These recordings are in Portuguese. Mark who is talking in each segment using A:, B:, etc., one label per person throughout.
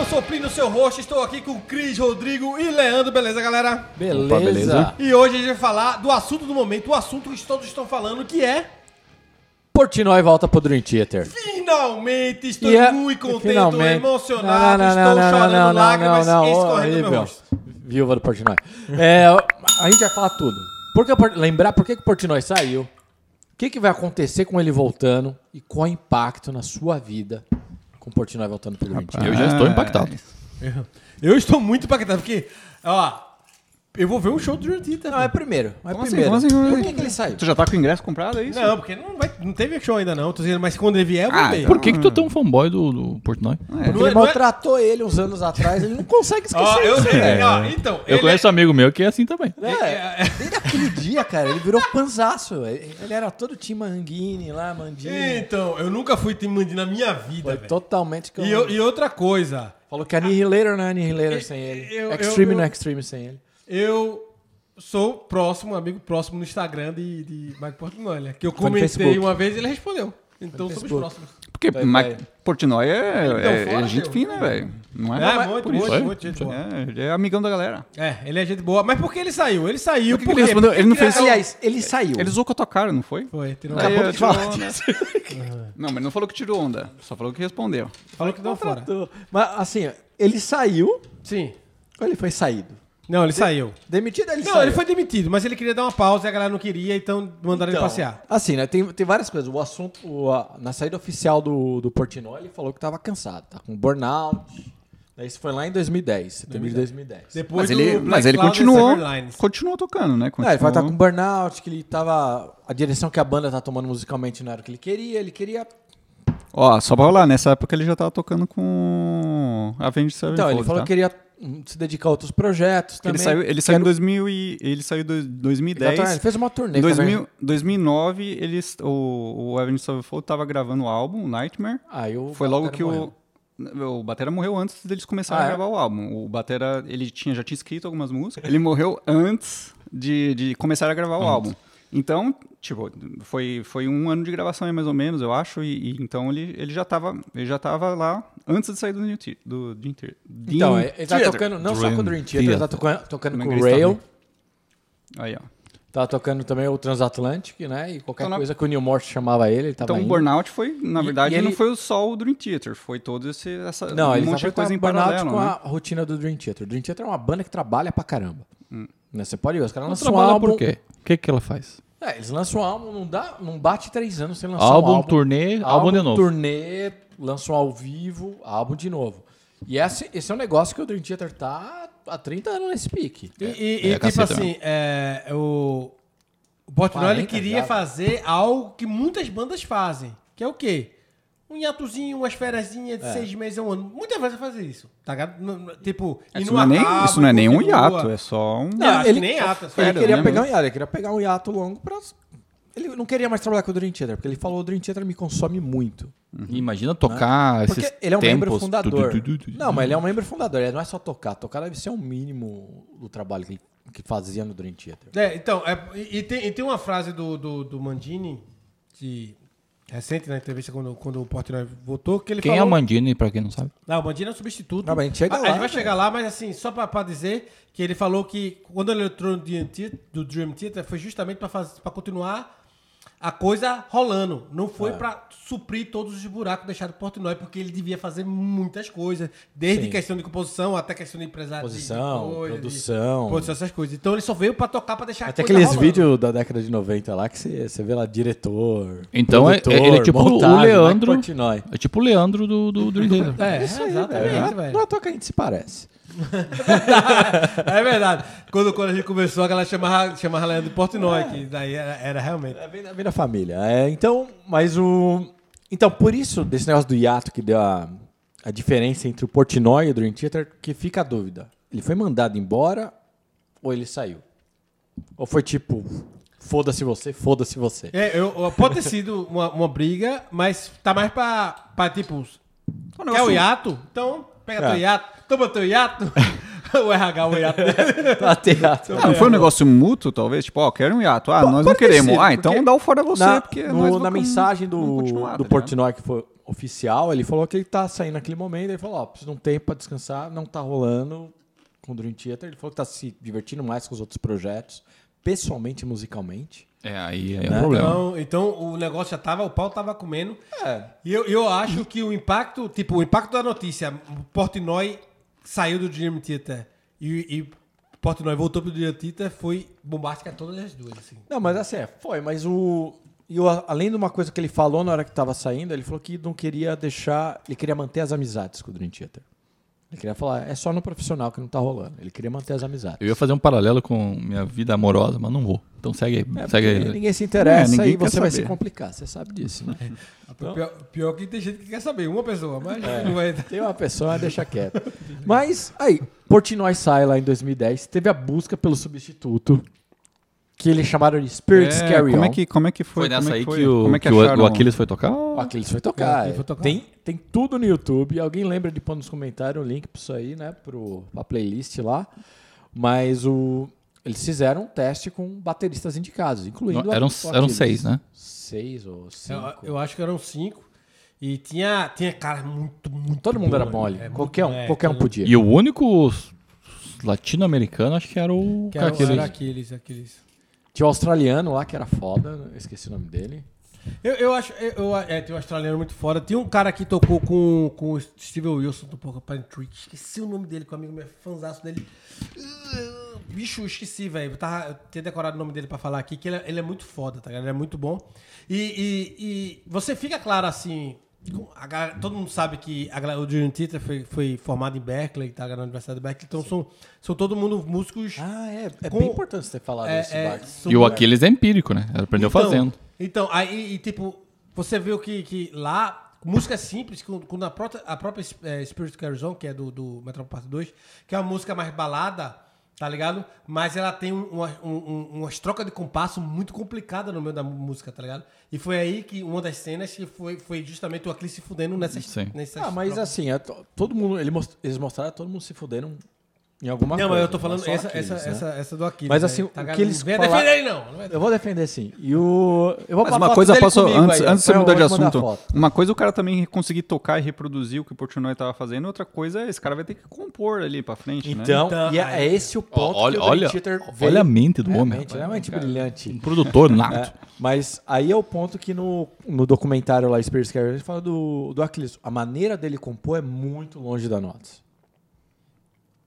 A: um Soplim no seu rosto, estou aqui com Cris, Rodrigo e Leandro, beleza, galera?
B: Beleza.
C: Opa, beleza?
A: E hoje a gente vai falar do assunto do momento, o assunto que todos estão falando, que é
B: Portnoy volta pro Dream Theater.
A: Finalmente estou
B: E é-
A: muito contento,
B: finalmente-
A: emocionado,
B: Não, não,
A: estou
B: não, não,
A: chorando
B: não, não,
A: lágrimas
B: não, não,
A: escorrendo do meu
B: horrível.
A: rosto.
B: Viúva do Portnoy. É, a gente vai falar tudo. Por que o Port- Lembrar por que, que o Portnoy saiu, o que, que vai acontecer com ele voltando e qual o impacto na sua vida com o Portnoy voltando pro Dream Theater.
C: Eu já estou impactado.
A: Eu estou muito impactado, porque, ó, eu vou ver um show do Dream Theater.
B: Não, é primeiro. É
C: assim,
B: primeiro.
C: como assim, como
B: por
C: assim?
B: que, que ele saiu?
C: Tu já tá com o ingresso comprado, é isso?
A: Não, porque não, vai, não teve show ainda não, tô dizendo, mas quando ele vier, eu vou
C: Ah,
A: ver.
C: então-
A: Não
C: Por
A: é-
C: que
D: que tu é tão fanboy do, do Portnoy?
A: não
C: tá-
B: Ele
A: é-
B: maltratou ele uns anos atrás, ele não consegue esquecer
A: Ó, eu
B: isso,
A: sei,
B: velho.
A: ó, então,
D: Eu
A: ele-
D: conheço um amigo meu que é assim também.
B: É, desde aquele dia, cara, ele virou panzaço. Ele ele era todo time Manguini lá, Mandini.
A: Então, eu nunca fui Tim Mandy na minha vida,
B: Foi
A: velho.
B: totalmente...
A: E, eu- e outra coisa,
B: Falou que Annihilator não é Annihilator sem ele.
A: eu- eu-
B: extreme
A: eu-
B: não é Extreme sem ele.
A: eu sou próximo, amigo próximo no Instagram de, de Mike Portnoy, né? Que eu
B: no
A: comentei
B: Facebook.
A: uma vez e ele respondeu. Então somos
B: Facebook.
A: próximos.
C: Porque
B: Vai,
C: Mike
B: vai.
C: Portnoy é, é-
A: fora,
C: é gente
A: meu.
C: fina, velho. Não é?
A: É,
C: Mas
A: muito,
C: por
A: muito,
C: isso.
A: muito gente boa.
C: É, ele é amigão da galera.
A: É, ele é gente boa. Mas por que ele saiu? Ele saiu
C: Por que
A: porque...
C: que ele respondeu? Ele
A: É,
C: não fez-
B: Aliás, ele saiu.
C: Ele usou com a tua cara, não foi?
A: Foi, tirou
C: Aí,
A: Acabou
C: eu
A: que
C: tirou
A: falou.
C: onda. Não, mas ele não falou que tirou onda. Só falou que respondeu.
A: Falou que deu fora.
B: Contratou. Mas assim, ele saiu
A: Sim.
B: ou ele foi saído?
A: Não, ele saiu.
B: Demitido ele
A: Não,
B: saiu.
A: ele foi demitido, mas ele queria dar uma pausa e a galera não queria, então mandaram
B: Então,
A: ele passear.
B: Assim, né? Tem, tem várias coisas. O assunto, o- a- na saída oficial do, do Portinó, ele falou que tava cansado, tá com burnout. Né? Isso foi lá em 2010, setembro de 2010.
A: Depois
C: Mas
A: do
C: ele,
A: Black
C: mas ele
A: Cloud e
C: continuou,
A: Severed Lines.
C: continuou tocando,
D: É,
C: né?
B: Não, ele falou que tá
C: Continuou.
B: com burnout, que ele tava. A direção que a banda tá tomando musicalmente não era o que ele queria, ele queria.
C: Ó, só pra falar, nessa época ele já tava tocando com a Avenged Sevenfold,
B: Então, ele falou
C: tá?
B: que queria hum, se dedicar a outros projetos também.
C: Ele saiu, ele saiu em 2000 e, ele saiu em dois- 2010.
B: Exatamente, Então, é, ele fez uma turnê
C: Em
B: com a
C: 2000,
B: Avenged.
C: 2009, eles, o, o Avenged Sevenfold tava gravando o álbum, Nightmare.
B: Aí Ah, o
C: Foi logo
B: Batera
C: que
B: morreu.
C: o... O Batera morreu antes deles começarem
B: Ah, é?
C: a gravar o álbum. O Batera, ele tinha, já tinha escrito algumas músicas. Ele morreu antes de, de começar a gravar o álbum. Então, tipo, foi, foi um ano de gravação aí, mais ou menos, eu acho. E, e então ele, ele, já tava, ele já tava lá antes de sair do New Te- do, do Inter- do
B: Então, ele tá
C: Theater.
B: tocando não só
D: Dream
B: com o Dream Theater, ele tá tocando, tocando
C: Meu
B: com o
C: inglês tá
B: Rail,
C: ruim. Aí, ó.
B: tá tocando também o Transatlantic, né? E qualquer
C: Então, na-
B: coisa que o Neil Morse chamava ele, ele tava
C: Então o
B: indo.
C: Burnout foi, na
B: E-
C: verdade,
B: e ele-
C: não foi só o Dream Theater, foi todo esse essa,
B: Não,
C: um
B: ele
C: monte
B: tá
C: de coisa em
B: burnout
C: paralelo,
B: com
C: né?
B: a rotina do Dream Theater. O Dream Theater é uma banda que trabalha pra caramba.
C: Hum.
B: Né, Você pode ver, os caras
D: Ela
B: lançam um
D: trabalha
B: álbum...
D: por quê? O que, que ela faz?
B: É, eles lançam um álbum, não, dá, não bate três anos sem lançar
D: Álbum,
B: um álbum.
D: turnê, álbum de novo.
B: turnê, lançam ao vivo, álbum de novo. E esse, esse é um negócio que o Dream Theater tá há 30 anos nesse pique.
A: E, e-
D: é,
A: e, tipo
D: caceta,
A: assim, é, o, o Portnoy ele
B: 40
A: queria
B: já,
A: fazer algo que muitas bandas fazem, que é o quê? Um hiatozinho, umas ferazinhas de seis meses a um ano. Muita vezes faz isso, tá ligado? N- n- Tipo, ir
C: Isso
A: numa
C: não é, nem,
A: cava,
C: isso não é
A: ir
C: nenhum
A: continua.
C: hiato, é só um...
A: Não, acho
B: ele-
A: que nem hiato. é só-
B: Ele
C: Férias,
B: queria
C: né,
B: pegar um
C: mesmo?
B: hiato, ele queria pegar um hiato longo pra. Ele não queria mais trabalhar com o Dream Theater, porque ele falou o Dream Theater me consome muito.
D: Uhum. Imagina tocar
B: Porque
D: esses
B: ele é um membro
D: tempos.
B: fundador.
D: Tu, tu, tu, tu, tu.
B: Não, mas ele é um membro fundador, ele não é só tocar. Tocar deve ser o mínimo do trabalho que, ele- que fazia no Dream Theater.
A: É, então, é, e, e tem, e tem uma frase do, do, do Mandini, que recente na entrevista quando, quando o Portnoy voltou, que ele
D: Quem é
A: falou...
D: o Mandini, pra quem não sabe?
A: Não, o Bandini é um substituto.
B: Não, mas a gente chega lá,
A: vai
B: né?
A: chegar lá, mas assim, só pra, pra dizer que ele falou que quando ele entrou no Dream Theater, do Dream Theater foi justamente pra, fazer, pra continuar a coisa rolando. Não foi
B: É.
A: pra suprir todos os buracos deixados por Portnoy, porque ele devia fazer muitas coisas, desde
B: Sim.
A: questão de composição até questão de empresário. de- de
B: Composição,
A: coisa, de-
B: produção.
A: produção, essas coisas. Então ele só veio pra tocar, pra deixar a
B: Até
A: coisa
B: aqueles
A: rolando.
B: vídeos da década de 90 lá que você você vê lá diretor.
D: Então, é-
B: produtor,
D: ele é tipo o
B: montagem, Mike
D: Leandro.
B: Portnoy.
D: É tipo o Leandro do, do Dream Theater.
A: É,
B: Isso aí,
A: exatamente,
B: velho.
A: velho.
B: Não é à toa que a gente se parece.
A: É verdade. Quando, quando a gente começou, a galera chamava, chamava Leandro Portnoy, que daí era, era realmente.
B: É, Vem da, vem da família. É, então, mas o. Então, por isso, desse negócio do hiato que deu a, a diferença entre o Portnoy e o Dream Theater, que fica a dúvida. Ele foi mandado embora ou ele saiu? Ou foi tipo, foda-se você, foda-se você.
A: É, eu, eu- pode ter sido uma, uma briga, mas tá mais pra, pra tipo.
C: Um
A: Quer
C: negócio-
A: o hiato? Então, pega
B: É.
A: teu hiato, toma teu hiato. o RH, o hiato dele.
B: Tá teatro.
C: Ah, não foi um negócio mútuo, talvez? Tipo, ó, quero um hiato. Ah, nós não
B: pode ter
C: queremos.
B: sido,
C: ah, então
B: porque é
C: dá o fora você,
B: na,
C: porque
B: no-
C: nós vamos
B: na mensagem
C: vamos
B: do,
C: continuar,
B: do
C: tá ligado?
B: Portnoy que foi oficial, ele falou que ele tá saindo naquele momento, ele falou, ó, preciso de um tempo pra descansar, não tá rolando com o Dream Theater, ele falou que tá se divertindo mais com os outros projetos, pessoalmente e musicalmente.
D: É, aí, aí é
B: Né?
D: o problema.
A: Então, então o negócio já tava, o pau tava comendo.
B: É.
A: E eu, eu acho que o impacto, tipo, o impacto da notícia, o Portnoy saiu do Dream Theater e, e Portnoy voltou pro Dream Theater, foi bombástica todas as duas, assim.
B: Não, mas assim, é, foi, mas o. E o- além de uma coisa que ele falou na hora que tava saindo, ele falou que não queria deixar. Ele queria manter as amizades com o Dream Theater. Ele queria falar, é só no profissional que não tá rolando. Ele queria manter as amizades.
D: Eu ia fazer um paralelo com minha vida amorosa, mas não vou. Então segue aí.
B: É,
D: segue
B: porque
D: aí.
B: Ninguém se interessa
C: É, ninguém
B: e
C: quer
B: você vai se
C: saber.
B: complicar, você sabe disso. Né?
A: Pior, pior que tem gente que quer saber, uma pessoa, mas
B: É.
A: não vai
B: Tem uma pessoa, deixa quieto. Mas, aí, Portnoy sai lá em 2010, teve a busca pelo substituto, que eles chamaram de Spirits
C: É,
B: Carry
C: como
B: On.
C: é que Como é que foi?
D: Foi nessa
C: como é
D: aí
C: foi?
D: que o,
C: Como é que
D: que o-
C: acharam?
D: o Aquiles foi tocar?
B: O Aquiles foi tocar.
A: É, ele
B: é.
A: foi tocar.
B: Tem, tem tudo no YouTube. Alguém lembra de pôr nos comentários o link pra isso aí, né? Pro, pra playlist lá. Mas o, eles fizeram um teste com bateristas indicados, incluindo.
D: Não,
B: a-
D: eram-
B: o
D: eram
B: Aquiles.
D: seis, né?
B: Seis ou
A: Eu,
B: cinco.
A: É, eu acho que eram cinco. E tinha, tinha cara muito, muito.
B: Todo mundo era
A: bom,
B: mole.
A: né? É,
B: qualquer um,
A: muito- é,
B: qualquer um
A: todo-
B: podia.
D: E o único s- latino-americano, acho que era o
A: Que era,
D: Aquiles.
A: era Aquiles, Aquiles.
B: Tinha o australiano lá que era foda, eu esqueci o nome dele.
A: Eu, eu acho. Eu, eu- é, tem um australiano muito fora. Tinha um cara que tocou com, com o Steve Wilson do Poker Pan Trick. Esqueci o nome dele, que um amigo meu é fãzaço dele. Uh, Bicho, eu esqueci, velho. Eu, tava- eu tinha decorado o nome dele pra falar aqui, que ele, é- ele é muito foda, tá ligado? Ele é muito bom. E, e- e você fica claro assim. com a galera- todo mundo sabe que a galera- o Julian Tita foi, foi formado em Berkeley, tá ligado? na Universidade de Berkeley. Então são, são todo mundo músicos.
B: Ah, é. É
A: Com-
B: bem importante você ter falado
A: é,
B: isso,
A: é,
B: Bax.
A: são-
D: E o Aquiles é empírico, né? Ele aprendeu fazendo.
A: Então, aí, e, tipo, você viu que, que lá, música simples, com- quando a própria, a própria eh, Spirit Carries On, que é do, do Metro Parte 2, que é uma música mais balada, tá ligado? Mas ela tem um- uma, um, um- umas trocas de compasso muito complicada no meio da música, tá ligado? E foi aí que uma das cenas que foi, foi justamente o Aquiles se fudendo nessas,
D: Sim.
A: nessas
B: Ah, mas
A: trocas.
B: assim, é to- todo mundo. ele most- eles mostraram todo mundo se fuderam em alguma
A: Não,
B: coisa.
A: mas eu tô falando
B: só
A: essa,
B: Aquiles,
A: essa,
B: né?
A: essa, essa do Aquiles.
B: Mas,
A: né?
B: assim, o
A: ligado?
B: que eles
A: Não venha
B: falaram-
A: defender ele, não. não venha-
B: Eu vou defender sim. E o. Eu vou
C: Mas
B: pra
C: uma
B: foto
C: coisa,
B: dele
C: posso,
B: comigo
C: antes,
B: aí, ó.
C: antes de você
B: Eu
C: mudar de
B: vou te mandar
C: assunto,
B: foto. né?
C: uma coisa o cara também conseguir tocar e reproduzir o que o Portnoy tava fazendo, outra coisa é esse cara vai ter que compor ali pra frente, né?
B: Então,
A: Então,
B: e é,
A: aí.
B: é esse o ponto.
D: olha,
B: que o Dream
D: olha,
B: Theater
D: olha
B: veio.
D: a mente do
B: É,
D: homem.
B: mente,
D: rapaz.
B: é uma mente
D: Um
B: brilhante.
D: produtor nato.
B: É, mas aí é o ponto que no, no documentário lá, Spirit Carrier, ele fala do, do Aquiles. A maneira dele compor é muito longe da nota.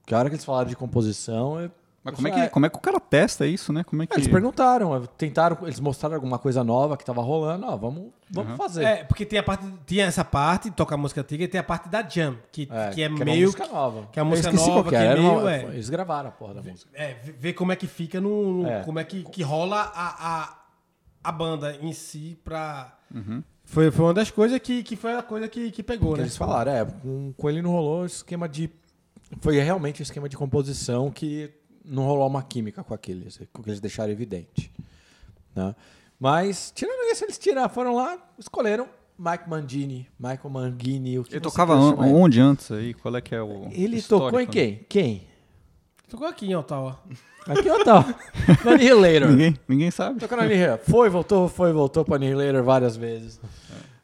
B: Porque a hora que eles falaram de composição. eu-
C: Mas como é,
B: eu
C: que,
B: falei,
C: como é que o cara testa isso, né? Como é que...
B: "Ah, Eles perguntaram, tentaram, eles mostraram alguma coisa nova que tava rolando, ó, vamos, vamos fazer.
A: É, porque tem a parte, tinha essa parte, toca a música antiga, e tem a parte da Jam, que é, que é
B: uma
A: meio.
B: música nova.
A: que é a
B: Eu
A: música
B: esqueci qual
A: nova, que é
B: era,
A: meio.
B: era uma-
A: é,
B: Eles gravaram a porra da música.
A: é, v- ver como é que fica no. no-
B: É.
A: Como é que, que rola a, a, a banda em si pra. Foi, foi uma das coisas que, que foi a coisa que, que pegou,
B: Que
A: né?
B: eles falaram, é, com, com ele não rolou esquema de. Foi realmente um esquema de composição que não rolou uma química com aqueles, com que eles deixaram evidente. né? Mas, tirando isso, eles tiraram, foram lá, escolheram Mike Mangini, Michael Mangini, o que você
C: Ele tocava
B: quer
C: on-
B: chamar ele.
C: onde antes aí? Qual é que é o
B: Ele
C: histórico,
B: tocou em
C: né?
B: quem? Quem?
A: Tocou aqui em Ottawa.
B: Aqui ou tal? no Annihilator.
C: Ninguém, ninguém sabe.
B: Tocou no Annihilator. Foi, voltou, foi, voltou pro Annihilator várias vezes.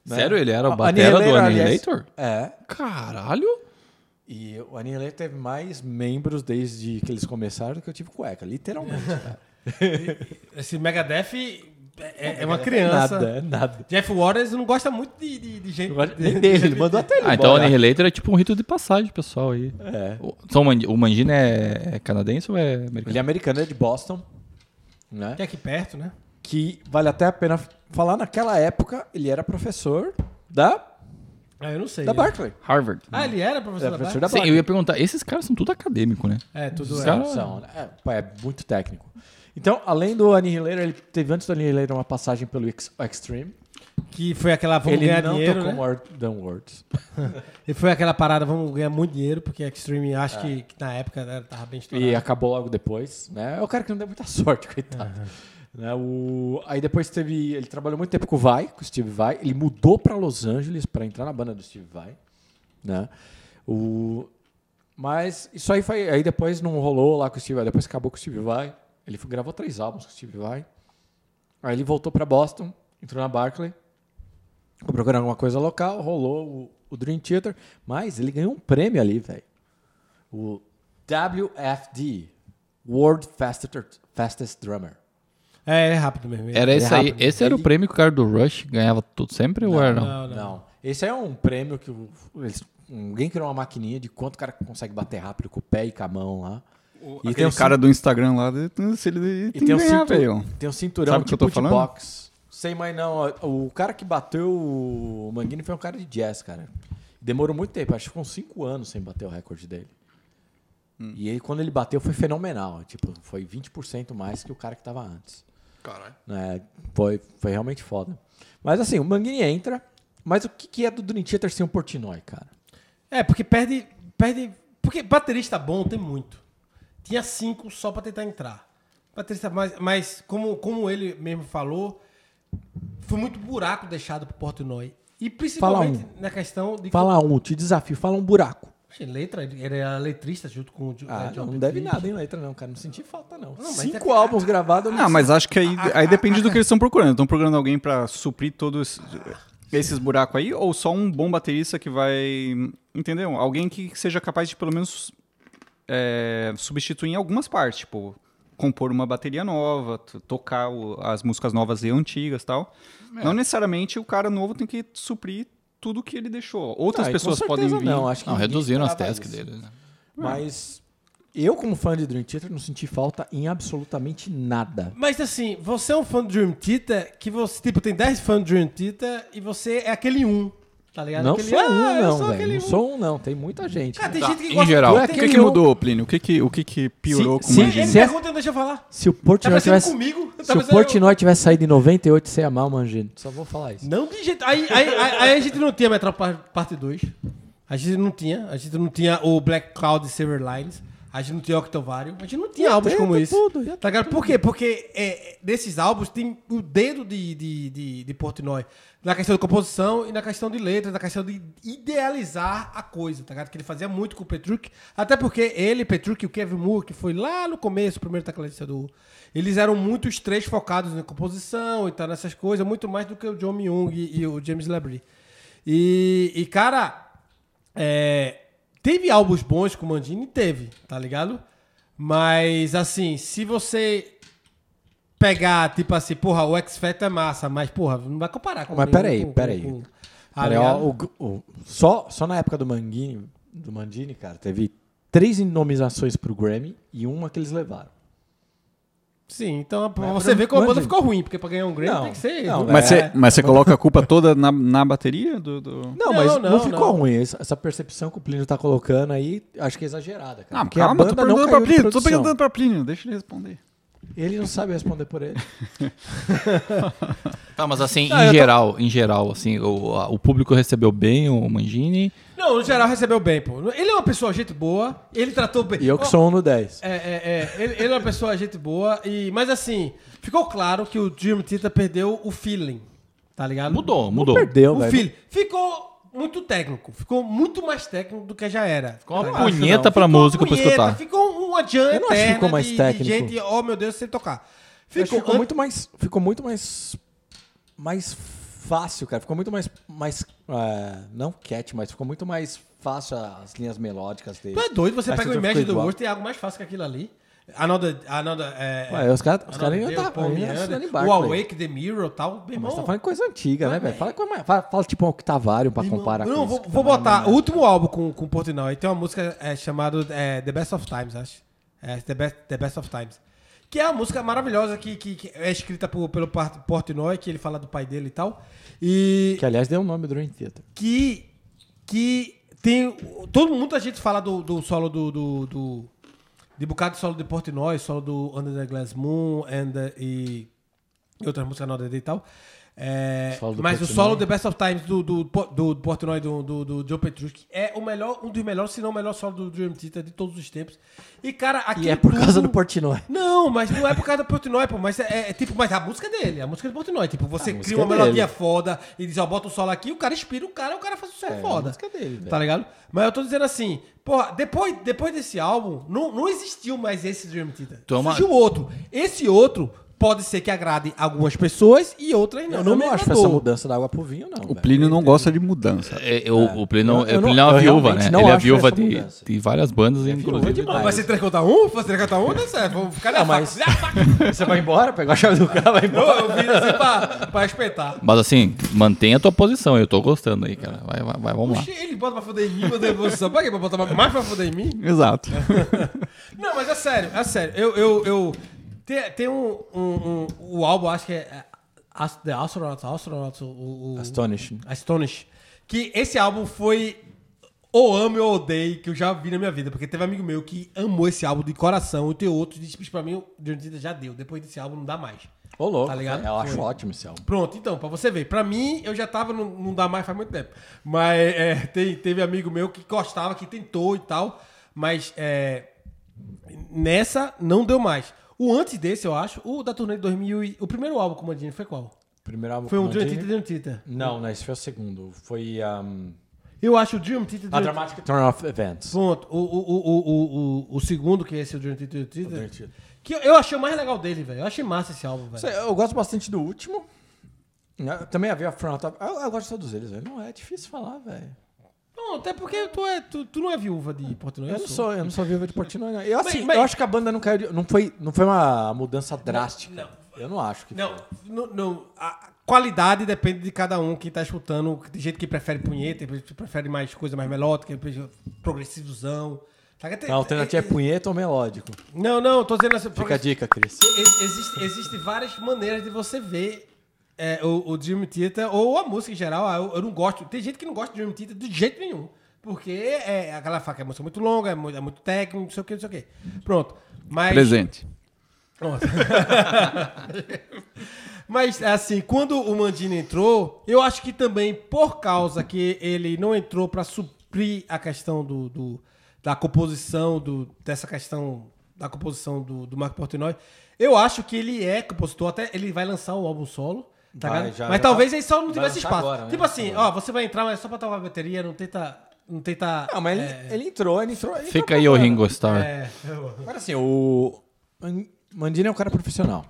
B: né?
D: Sério, ele era
B: A-
D: o batera do
B: Annihilator, aliás.
D: Annihilator?
B: É,
D: Caralho!
B: E o Anilê teve mais membros desde que eles começaram do que eu tive cueca, literalmente. cara.
A: Esse Megadeth é, é- é uma
B: É
A: criança.
B: nada, é nada.
A: Jeff Waters não gosta muito de, de, de gente.
B: Agora, nem dele, ele mandou até ele.
D: Ah, então o
B: embora.
D: Annihilator é tipo um rito de passagem, pessoal aí.
B: É.
D: O, são Mandi- o Mangina é é canadense ou é
B: Ele
D: americano?
B: é americano, é de Boston, né?
A: Que é aqui perto, né?
B: Que vale até a pena falar, naquela época ele era professor da,
A: Ah, eu não sei.
B: da
A: né?
B: Barclay.
D: Harvard.
A: Ah, ele era
B: Era
A: professor da Barclay?
B: professor da
D: Sim,
B: Barclay.
D: eu ia perguntar, esses caras são tudo acadêmico, né?
A: É, tudo
D: Os
A: é.
D: caras-
B: São, né? é, pô, é muito técnico. Então, além do Annihilator, ele teve antes do Annihilator uma passagem pelo Ex- Extreme.
A: é. Que foi aquela vamos
B: Ele
A: ganhar
B: não
A: dinheiro,
B: tocou
A: né?
B: More Than Words.
A: E foi aquela parada, vamos ganhar muito dinheiro, porque a Extreme acho que, que na época né, tava bem estourado.
B: E acabou logo depois, né? É o cara que não deu muita sorte, coitado. Né, o... Aí depois teve. Ele trabalhou muito tempo com o Vai, com o Steve Vai. Ele mudou pra Los Angeles pra entrar na banda do Steve Vai. Né? O... Mas isso aí foi. Aí depois não rolou lá com o Steve Vai. Depois acabou com o Steve Vai. Ele foi- gravou três álbuns com o Steve Vai. Aí ele voltou pra Boston, entrou na Barclay. Vou procurar alguma coisa local, rolou o, o Dream Theater, mas ele ganhou um prêmio ali, velho. O WFD, World Fastest, Fastest Drummer.
A: É, é rápido mesmo.
D: Era
A: é
D: esse aí.
A: rápido.
D: Esse era o prêmio que o cara do Rush ganhava tudo sempre ou era não?
A: Ah, Não, não.
B: Esse é um prêmio que o- eles- um, alguém criou uma maquininha de quanto o cara consegue bater rápido com o pé e com a mão lá.
C: E
B: tem
C: tem
B: um
C: o cara do Instagram lá, de- se ele
B: E
C: tem que
B: tem um,
C: ganhar,
B: cintu-
C: velho.
B: tem um cinturão
C: Sabe o que eu
B: tipo
C: tô
B: de
C: falando?
B: box. Sei mais não. ó, O cara que bateu o Manguini foi um cara de jazz, cara. Demorou muito tempo, acho que ficou 5 anos sem bater o recorde dele.
C: Hum.
B: E aí, quando ele bateu, foi fenomenal. Tipo, foi 20% mais que o cara que tava antes.
E: Caralho.
B: né? foi, foi realmente foda. Mas assim, o Manguini entra. Mas o que, que é do Dream Theater sem o Portnoy, cara?
A: É, porque perde, perde. Porque baterista bom tem muito. Tinha cinco só pra tentar entrar. Baterista, mas, mas como, como ele mesmo falou, foi muito buraco deixado pro Portnoy. E principalmente
D: um.
A: na questão de.
B: Fala um, te desafio, fala um buraco.
A: Poxa, Letra, ele era letrista junto com o Ju-
B: Ah,
A: eh, John
B: não, não deve
A: Petrucci.
B: nada, hein, letra, não, cara. Não senti falta, não.
A: mas
B: Cinco
A: é-
B: álbuns gravados. eu não
C: Ah, mas acho que aí, aí depende do que eles estão procurando. Estão procurando alguém pra suprir todos esses buracos aí ou só um bom baterista que vai, entendeu? Alguém que seja capaz de pelo menos é, substituir em algumas partes, tipo compor uma bateria nova, t- tocar o- as músicas novas e antigas, e tal. Não necessariamente o cara novo tem que suprir tudo que ele deixou. Outras
B: Ah, e com
C: pessoas
B: certeza
C: podem vir.
B: Não, acho que
D: Não,
B: ninguém
D: reduziram as
B: esperava
D: tasks
B: isso.
D: dele. Né?
B: Mas eu, como fã de Dream Theater, não senti falta em absolutamente nada.
A: Mas assim, você é um fã do Dream Theater que você, tipo, tem 10 fãs do Dream Theater e você é aquele um, tá ligado?
B: Não
A: aquele,
B: sou
A: "Ah,
B: um,
A: eu
B: não,
A: sou
B: velho.
A: aquele
B: Não sou um, não. Tem muita gente.
A: Cara, tem
D: Tá,
A: gente que
D: em
A: gosta
D: geral.
A: do
D: É
C: O que, que
B: aquele um-
C: mudou, Plínio? O que, que, o que, que piorou
B: Se-
C: com o
B: se-
A: Sim, ele
C: Mangini?
B: se-
A: pergunta e não deixa eu falar.
B: Se o
A: Tá
B: Portnoy
A: parecendo
B: tivesse,
A: comigo. Tá
B: se o
A: parecendo
B: Portnoy tivesse saído em 98, você ia amar o Mangino. Só vou falar isso.
A: Não de jeito. Aí, aí, aí- aí a gente não tinha Metro Par- Parte 2. A gente não tinha. A gente não tinha o Black Cloud e Silver Lines. A gente não tinha Octovário. A gente não tinha álbuns
B: ter
A: como
B: de
A: esse.
B: tudo, ia
A: tá ligado? Por quê? Porque é, desses álbuns tem o dedo de, de, de, de Portnoy na questão de composição e na questão de letras, na questão de idealizar a coisa, tá ligado? Que ele fazia muito com o Petrucci. Até porque ele, Petrucci e o Kevin Moore, que foi lá no começo, o primeiro tecladista do. Eles eram muito os três focados na composição e tal, nessas coisas, muito mais do que o John Myung e, e o James Labrie. E, e, cara, é, teve álbuns bons com o Mandini? Teve, tá ligado? Mas, assim, se você pegar, tipo assim, porra, o X Factor é massa, mas, porra, não vai comparar com
B: Mas
A: nenhum-
B: peraí,
A: com-
B: peraí. Tá
A: com- com-
B: Cara,
A: Ah,
B: ó, o- o- só, só na época do Mangini, do Mangini, cara, teve três nominações pro Grammy e uma que eles levaram.
A: Sim, então pra
B: Mas
A: você vê como a banda
B: Imagina.
A: ficou ruim, porque pra ganhar um Grammy
B: Não,
A: tem que ser.
B: não,
C: Mas
B: É.
C: você mas você coloca a culpa toda na, na bateria do- do...
A: Não,
B: Não, mas não,
A: não,
B: ficou
A: não.
B: ruim. Essa, essa percepção que o Plínio tá colocando aí, acho que é exagerada, cara.
C: Ah,
B: porque
C: calma,
B: a
C: tô
B: banda
C: perguntando
B: não
C: pra
B: caiu de
C: Plínio, tô
B: produção.
C: perguntando pra Plínio, deixa ele responder.
B: Ele não sabe responder por ele.
D: Tá, mas assim, em geral, em geral, assim, o, a- o público recebeu bem o Mangini.
A: Não, no geral recebeu bem, pô. Ele é uma pessoa gente boa, ele tratou bem.
B: E eu que
A: Ó,
B: sou um no 10.
A: É, é, é. Ele, ele é uma pessoa gente boa, e, mas assim, ficou claro que o Dream Tita perdeu o feeling, tá ligado?
D: Mudou, mudou.
B: Perdeu,
A: o
B: velho.
A: feeling. Ficou muito técnico, ficou muito mais técnico do que já era.
D: Ficou uma
A: tá ligado?
D: punheta pra
A: Ficou
D: música pra
A: punheta,
D: escutar.
A: Ficou um, uma janta
B: Eu não acho que ficou mais
A: de,
B: técnico.
A: de gente, oh meu Deus, sem tocar.
B: Acho que
A: Ficou,
B: ficou muito mais. Ficou muito mais. Mais fácil, cara. Ficou muito mais. mais é, não cat, mas ficou muito mais fácil as linhas melódicas dele.
A: Tu é doido, você
B: Acho
A: pega o
B: que tudo
A: Imagine
B: ficou
A: do
B: igual.
A: Worst e é algo mais fácil que aquilo ali. Another, another, é,
B: Ué, os caras os
A: Another
B: cara ainda
A: Day,
B: tá-
A: o Paul
B: ainda
A: Miranda,
B: assinando
A: né? O
B: embaixo. velho.
A: Awake, The Mirror e tal. Meu
B: Mas
A: irmão,
B: tá falando coisa antiga, né, velho? Fala, com uma- fala, fala tipo um octavário pra
A: irmão,
B: comparar
A: não,
B: com
A: vou,
B: isso. tá
A: vou
B: né?
A: botar o último álbum com, com o Portnoy. Tem uma música é, chamada é, The Best of Times, acho. É, The, Best, The Best of Times. Que é uma música maravilhosa que, que, que é escrita por, pelo Par- Portnoy, que ele fala do pai dele e tal. E
B: Que aliás deu o nome do Dream Theater.
A: que que tem todo mundo a gente fala do, do solo do, do, do de bocado de solo de Portnoy, solo do Under the Glass Moon and the- e, e outras músicas na e tal. É,
B: Solo do
A: mas o
B: Portnoy.
A: solo The Best of Times do, do, Po- do Portnoy do, do, do John Petrucci é o melhor, um dos melhores, se não o melhor solo do Dream Theater de todos os tempos. E cara, aqui
B: E é por causa do Portnoy.
A: não, mas não é por causa do Portnoy, pô. Mas é, é tipo, mas a música dele, a música do Portnoy. Tipo, você cria
B: música
A: uma
B: é
A: melodia
B: dele. É,
A: foda e diz, ó, bota um solo aqui, o cara inspira o cara, o cara faz um solo foda.
B: a música dele, velho.
A: Tá ligado? Mas eu tô dizendo assim, porra, depois, depois desse álbum, não, não existiu mais esse Dream Theater.
D: Toma-
A: Surgiu outro. Esse outro Pode ser que agrade algumas pessoas e outras não.
B: Eu
A: não,
B: não,
A: me
B: acho
A: agradou.
B: essa mudança da água pro vinho, não.
C: O
B: velho.
C: Plínio não gosta de mudança.
D: É, eu- o Plínio,
B: Eu- eu
D: o
B: não-
D: Plínio é uma
B: eu
D: viúva,
B: realmente
D: né?
B: não
D: Ele é
B: acho
D: viúva
B: essa
D: de,
B: mudança.
D: de várias bandas,
B: viúva
D: inclusive.
B: de
A: Vai ser 3 contra 1? Vai ser 3 contra 1? Dá um? Tá certo. Vou- Cadê a
B: Ah,
A: faca?
B: mas-
A: Cadê a faca?
B: Você vai embora, pega a chave do carro, vai
A: Eu,
B: embora.
A: eu vim assim pra, pra espetar.
D: Mas assim, mantém a tua posição, eu tô gostando aí, cara. Vai, vai, vai vamos lá.
A: Oxi, Ele bota pra foder em mim, meu Deus, pra quê? Pra botar mais pra foder em mim?
C: Exato.
A: É, Não, mas é sério, é sério. Eu, eu, eu tem, tem um, um, um- o álbum, acho que é é As- The Astronaut, Astronaut, o, o- o-
B: Astonishing.
A: Astonish, que esse álbum foi ou amo ou odeio que eu já vi na minha vida, porque teve um amigo meu que amou esse álbum de coração e tem outro que disse, "Bicho, pra mim, o Dionisio já deu, depois desse álbum não dá mais.
B: Ô, louco.
A: Tá ligado?
B: Eu acho
A: Foi.
B: ótimo esse álbum.
A: Pronto, então, pra você ver. Pra mim, eu já tava, no, não dá mais faz muito tempo. Mas é, tem- teve amigo meu que gostava, que tentou e tal. Mas é, nessa, não deu mais. O antes desse, eu acho, o da turnê de 2000 e, O primeiro álbum com o Mandini foi qual?
B: Primeiro álbum
A: Foi
B: com
A: um Dream
B: Mandini.
A: Theater, Dream Theater.
B: Não, não, esse foi o segundo. Foi um,
A: Eu acho o Dream Theater,
B: a
A: Dream Theater.
B: Dramatic Turn Off Events.
A: Pronto. O, o, o, o, o, o, o segundo, que é esse, o Dream Theater, Dream
B: Dream
A: Theater.
B: Theater.
A: Que eu- eu achei o mais legal dele, velho. Eu achei massa esse álbum, velho.
B: Eu gosto bastante do último. Eu também havia Front Off. Eu, eu gosto de todos eles, velho. Não é difícil falar, velho.
A: Não, até porque tu, é, tu, tu não é viúva de Portugal.
B: Eu não sou, eu não sou viúva de Portnoy, não. Eu, assim,
A: Mas- mas-
B: eu acho que a banda não caiu de, não foi, não foi uma mudança drástica. Eu não acho que
A: Não, não, não. A qualidade depende de cada um que tá escutando, de jeito que prefere punheta, que prefere mais coisa mais melódica, progressivozão. Tá? Tem-
B: A alternativa é punheta ou melódico.
A: Não, não, eu tô dizendo assim.
B: Fica a
A: progressi-
B: dica, Cris.
A: Ex- Existe, existe várias maneiras de você ver é, o, o Dream Theater ou a música em geral. Ah, Eu, eu não gosto. Tem gente que não gosta de Dream Theater de jeito nenhum. Porque é aquela faca, é música muito longa, é muito, é muito técnico, não sei o que, não sei o que. Pronto. Mas.
C: Presente.
A: Pronto. Mas, assim, quando o Mandini entrou, eu acho que também por causa que ele não entrou para suprir a questão do, do- da composição, do, dessa questão da composição do, do Marco Portnoy, eu acho que ele é compositor, até ele vai lançar o álbum solo. tá
B: Vai,
A: ligado?
B: já-
A: mas
B: já
A: talvez
B: tá-
A: ele só não
B: vai
A: tivesse
B: lançar
A: espaço.
B: agora, né?
A: Tipo assim, ó, você vai entrar, mas só pra tocar bateria, não tenta. Não tenta.
B: Não, mas ele,
A: é,
B: ele entrou, ele entrou. ele
D: Fica
B: entrou
D: aí o
B: pra-
D: Ringo Starr.
A: é,
B: Agora assim, o Man- Mandini é um cara profissional.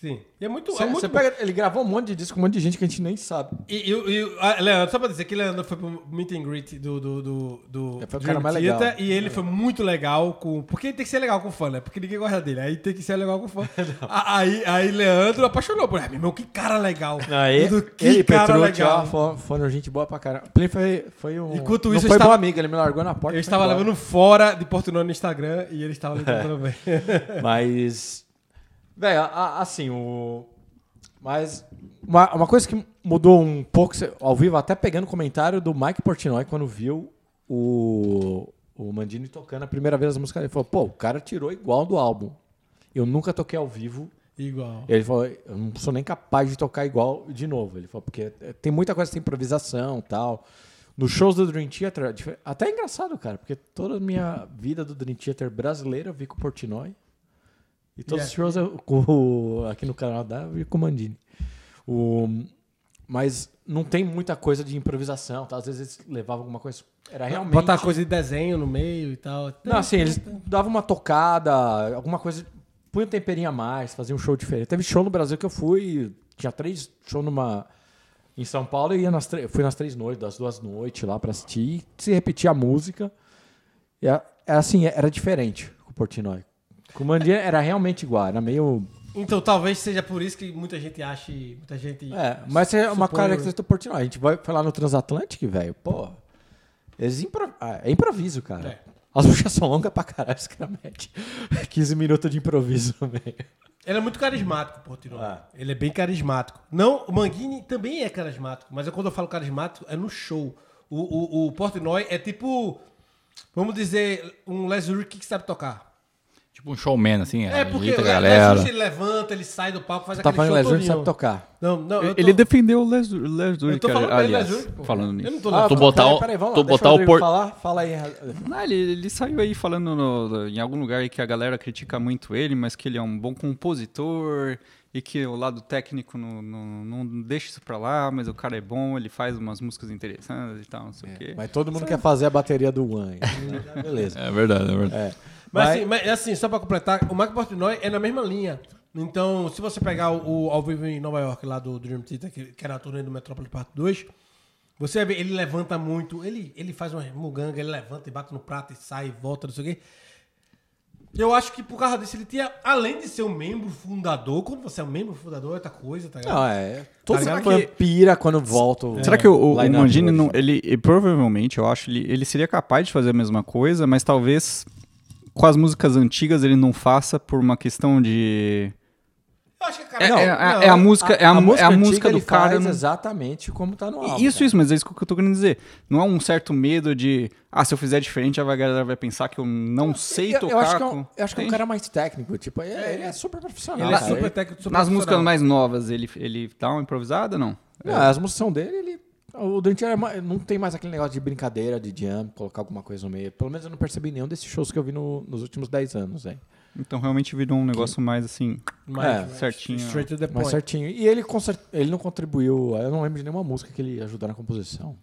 A: sim. E é muito.
B: Você,
A: é muito
B: você
A: bom.
B: pega, ele gravou um monte de disco com um monte de gente que a gente nem sabe.
A: E, e, e ah, Leandro, só pra dizer que Leandro foi pro meet and greet do, do, do, do
B: Ele É, foi o
A: Dream
B: cara mais
A: Theater
B: legal.
A: e ele foi muito legal com. Porque ele tem que ser legal com fã, né? Porque ninguém gosta dele. Aí tem que ser legal com fã. A- aí, aí Leandro apaixonou por ele. Meu, que cara legal.
B: ele,
A: Leandro, que
B: Ah, é? ele
A: cara
B: Petrucci, ó,
A: legal.
B: fo- foram gente boa pra caramba. Play foi, foi um.
A: Enquanto
B: não
A: isso, eu
B: foi
A: estava-
B: boa amiga, ele me largou na porta.
A: Eu
B: e foi
A: estava
B: embora.
A: levando fora de Portugal no Instagram e ele estava levando
B: É.
A: também.
B: Mas. Velho, assim, o. Mas. Uma, uma coisa que mudou um pouco cê- ao vivo, até pegando o comentário do Mike Portnoy quando viu o, o Mandini tocando a primeira vez as músicas. Ele falou: pô, o cara tirou igual do álbum. Eu nunca toquei ao vivo.
A: Igual.
B: Ele falou: eu não sou nem capaz de tocar igual de novo. Ele falou: porque eh, tem muita coisa de improvisação tal. Nos shows do Dream Theater, difer- até é engraçado, cara, porque toda a minha vida do Dream Theater brasileira eu vi com o Portnoy. E todos os shows eu- com o- aqui no Canadá eu vi com o Mandini. O, mas não tem muita coisa de improvisação, tá? Às vezes eles levavam alguma coisa. Era realmente.
A: Botar coisa de desenho no meio e tal.
B: Não, assim, eles davam uma tocada, alguma coisa. Punha um temperinho a mais, fazia um show diferente. Teve show no Brasil que eu fui, tinha três shows numa. Em São Paulo e ia nas tre- fui nas três noites, das duas noites lá pra assistir e se repetia a música. E a- é assim, era diferente com o Portnoy. Com o Mandinha era realmente igual, era meio.
A: Então talvez seja por isso que muita gente ache. Muita gente.
B: É, mas é uma
A: suponho-
B: característica do Portnoy. A gente vai falar no Transatlantic, velho, pô. Eles impro- ah, é improviso, cara.
A: É.
B: As músicas são longas pra caralho, os caras metem 15 minutos de improviso no meio.
A: Ele é muito carismático, Portinho.
B: Ah.
A: Ele é bem carismático. Não, o Manguini também é carismático, mas eu- quando eu falo carismático, é no show. O, o, o Portnoy é tipo, vamos dizer, um Les Ulrich que sabe tocar.
D: Tipo um showman, assim,
A: É, porque
D: agita a
A: o
D: galera.
A: Les Ulrich ele levanta, ele sai do palco, faz
B: Tá
A: aquele
B: falando
A: show
B: Leslie ele
A: todinho.
B: sabe tocar.
A: Não, não, eu tô,
C: Ele defendeu o Les, Les
A: eu
C: Ulrich,
A: tô falando pra ele,
C: aliás,
A: Les Ulrich, pô.
C: falando nisso.
A: Eu não tô
B: Ah,
A: levando.
D: tu
B: tá,
D: botar
B: peraí,
D: o-
B: peraí, vamos lá,
D: tu
B: deixa
D: botar o
B: Rodrigo
D: por-
B: Falar, fala aí.
C: Ah, ele, ele saiu aí falando no- em algum lugar aí que a galera critica muito ele, mas que ele é um bom compositor e que o lado técnico não, não, não deixa isso pra lá, mas o cara é bom, ele faz umas músicas interessantes e tal, não
A: É,
C: sei o quê.
B: Mas todo mundo quer fazer a bateria do One. Beleza.
D: É verdade, é verdade.
B: É.
A: Mas, assim, mas, assim, só pra completar, o Marco Portnoy é na mesma linha. Então, se você pegar o, o ao vivo em Nova York, lá do Dream Theater, que, que era a turnê do Metrópole Parte 2, você vê, ele levanta muito, ele, ele faz uma muganga, ele levanta e bate no prato e sai e volta, não sei o quê. Eu acho que por causa disso ele tinha, além de ser um membro fundador, quando você é um membro fundador é outra coisa, tá ligado?
B: Não, é. Todo
C: ligado
B: mundo
C: que-
B: pira quando volta.
C: Será que o, o
B: line-up
C: Mangini
B: hoje?
C: não. Ele, e provavelmente, eu acho, ele, ele seria capaz de fazer a mesma coisa, mas talvez com as músicas antigas ele não faça por uma questão de.
A: Eu acho que a
C: É,
A: cara-
C: é a- é a música, é a, mu- é a
B: antiga
C: música do
B: ele faz
C: cara. né? não-
B: exatamente como tá no álbum.
C: Isso,
B: cara.
C: isso, mas é isso que eu tô querendo dizer. Não é um certo medo de, ah, se eu fizer diferente, a galera vai pensar que eu não sei
B: Eu-
C: tocar.
B: eu acho que é um,
C: com-
B: eu acho que é um
C: Entende?
B: cara mais técnico, tipo, ele é, ele é super profissional.
A: Ele é
B: cara.
A: super técnico, super
C: Nas
A: profissional.
C: músicas mais novas, ele, ele dá uma improvisada ou não?
B: Não, as músicas dele, ele. O Dante era ma- não tem mais aquele negócio de brincadeira, de jam, colocar alguma coisa no meio. Pelo menos eu não percebi nenhum desses shows que eu vi no- nos últimos 10 anos, hein?
C: Então realmente virou um negócio mais assim.
B: É,
A: mais
C: certinho.
A: Straight to the
B: Mais
A: point.
B: certinho. E ele, com cer- ele não contribuiu, eu não lembro de nenhuma música que ele ajudou na composição.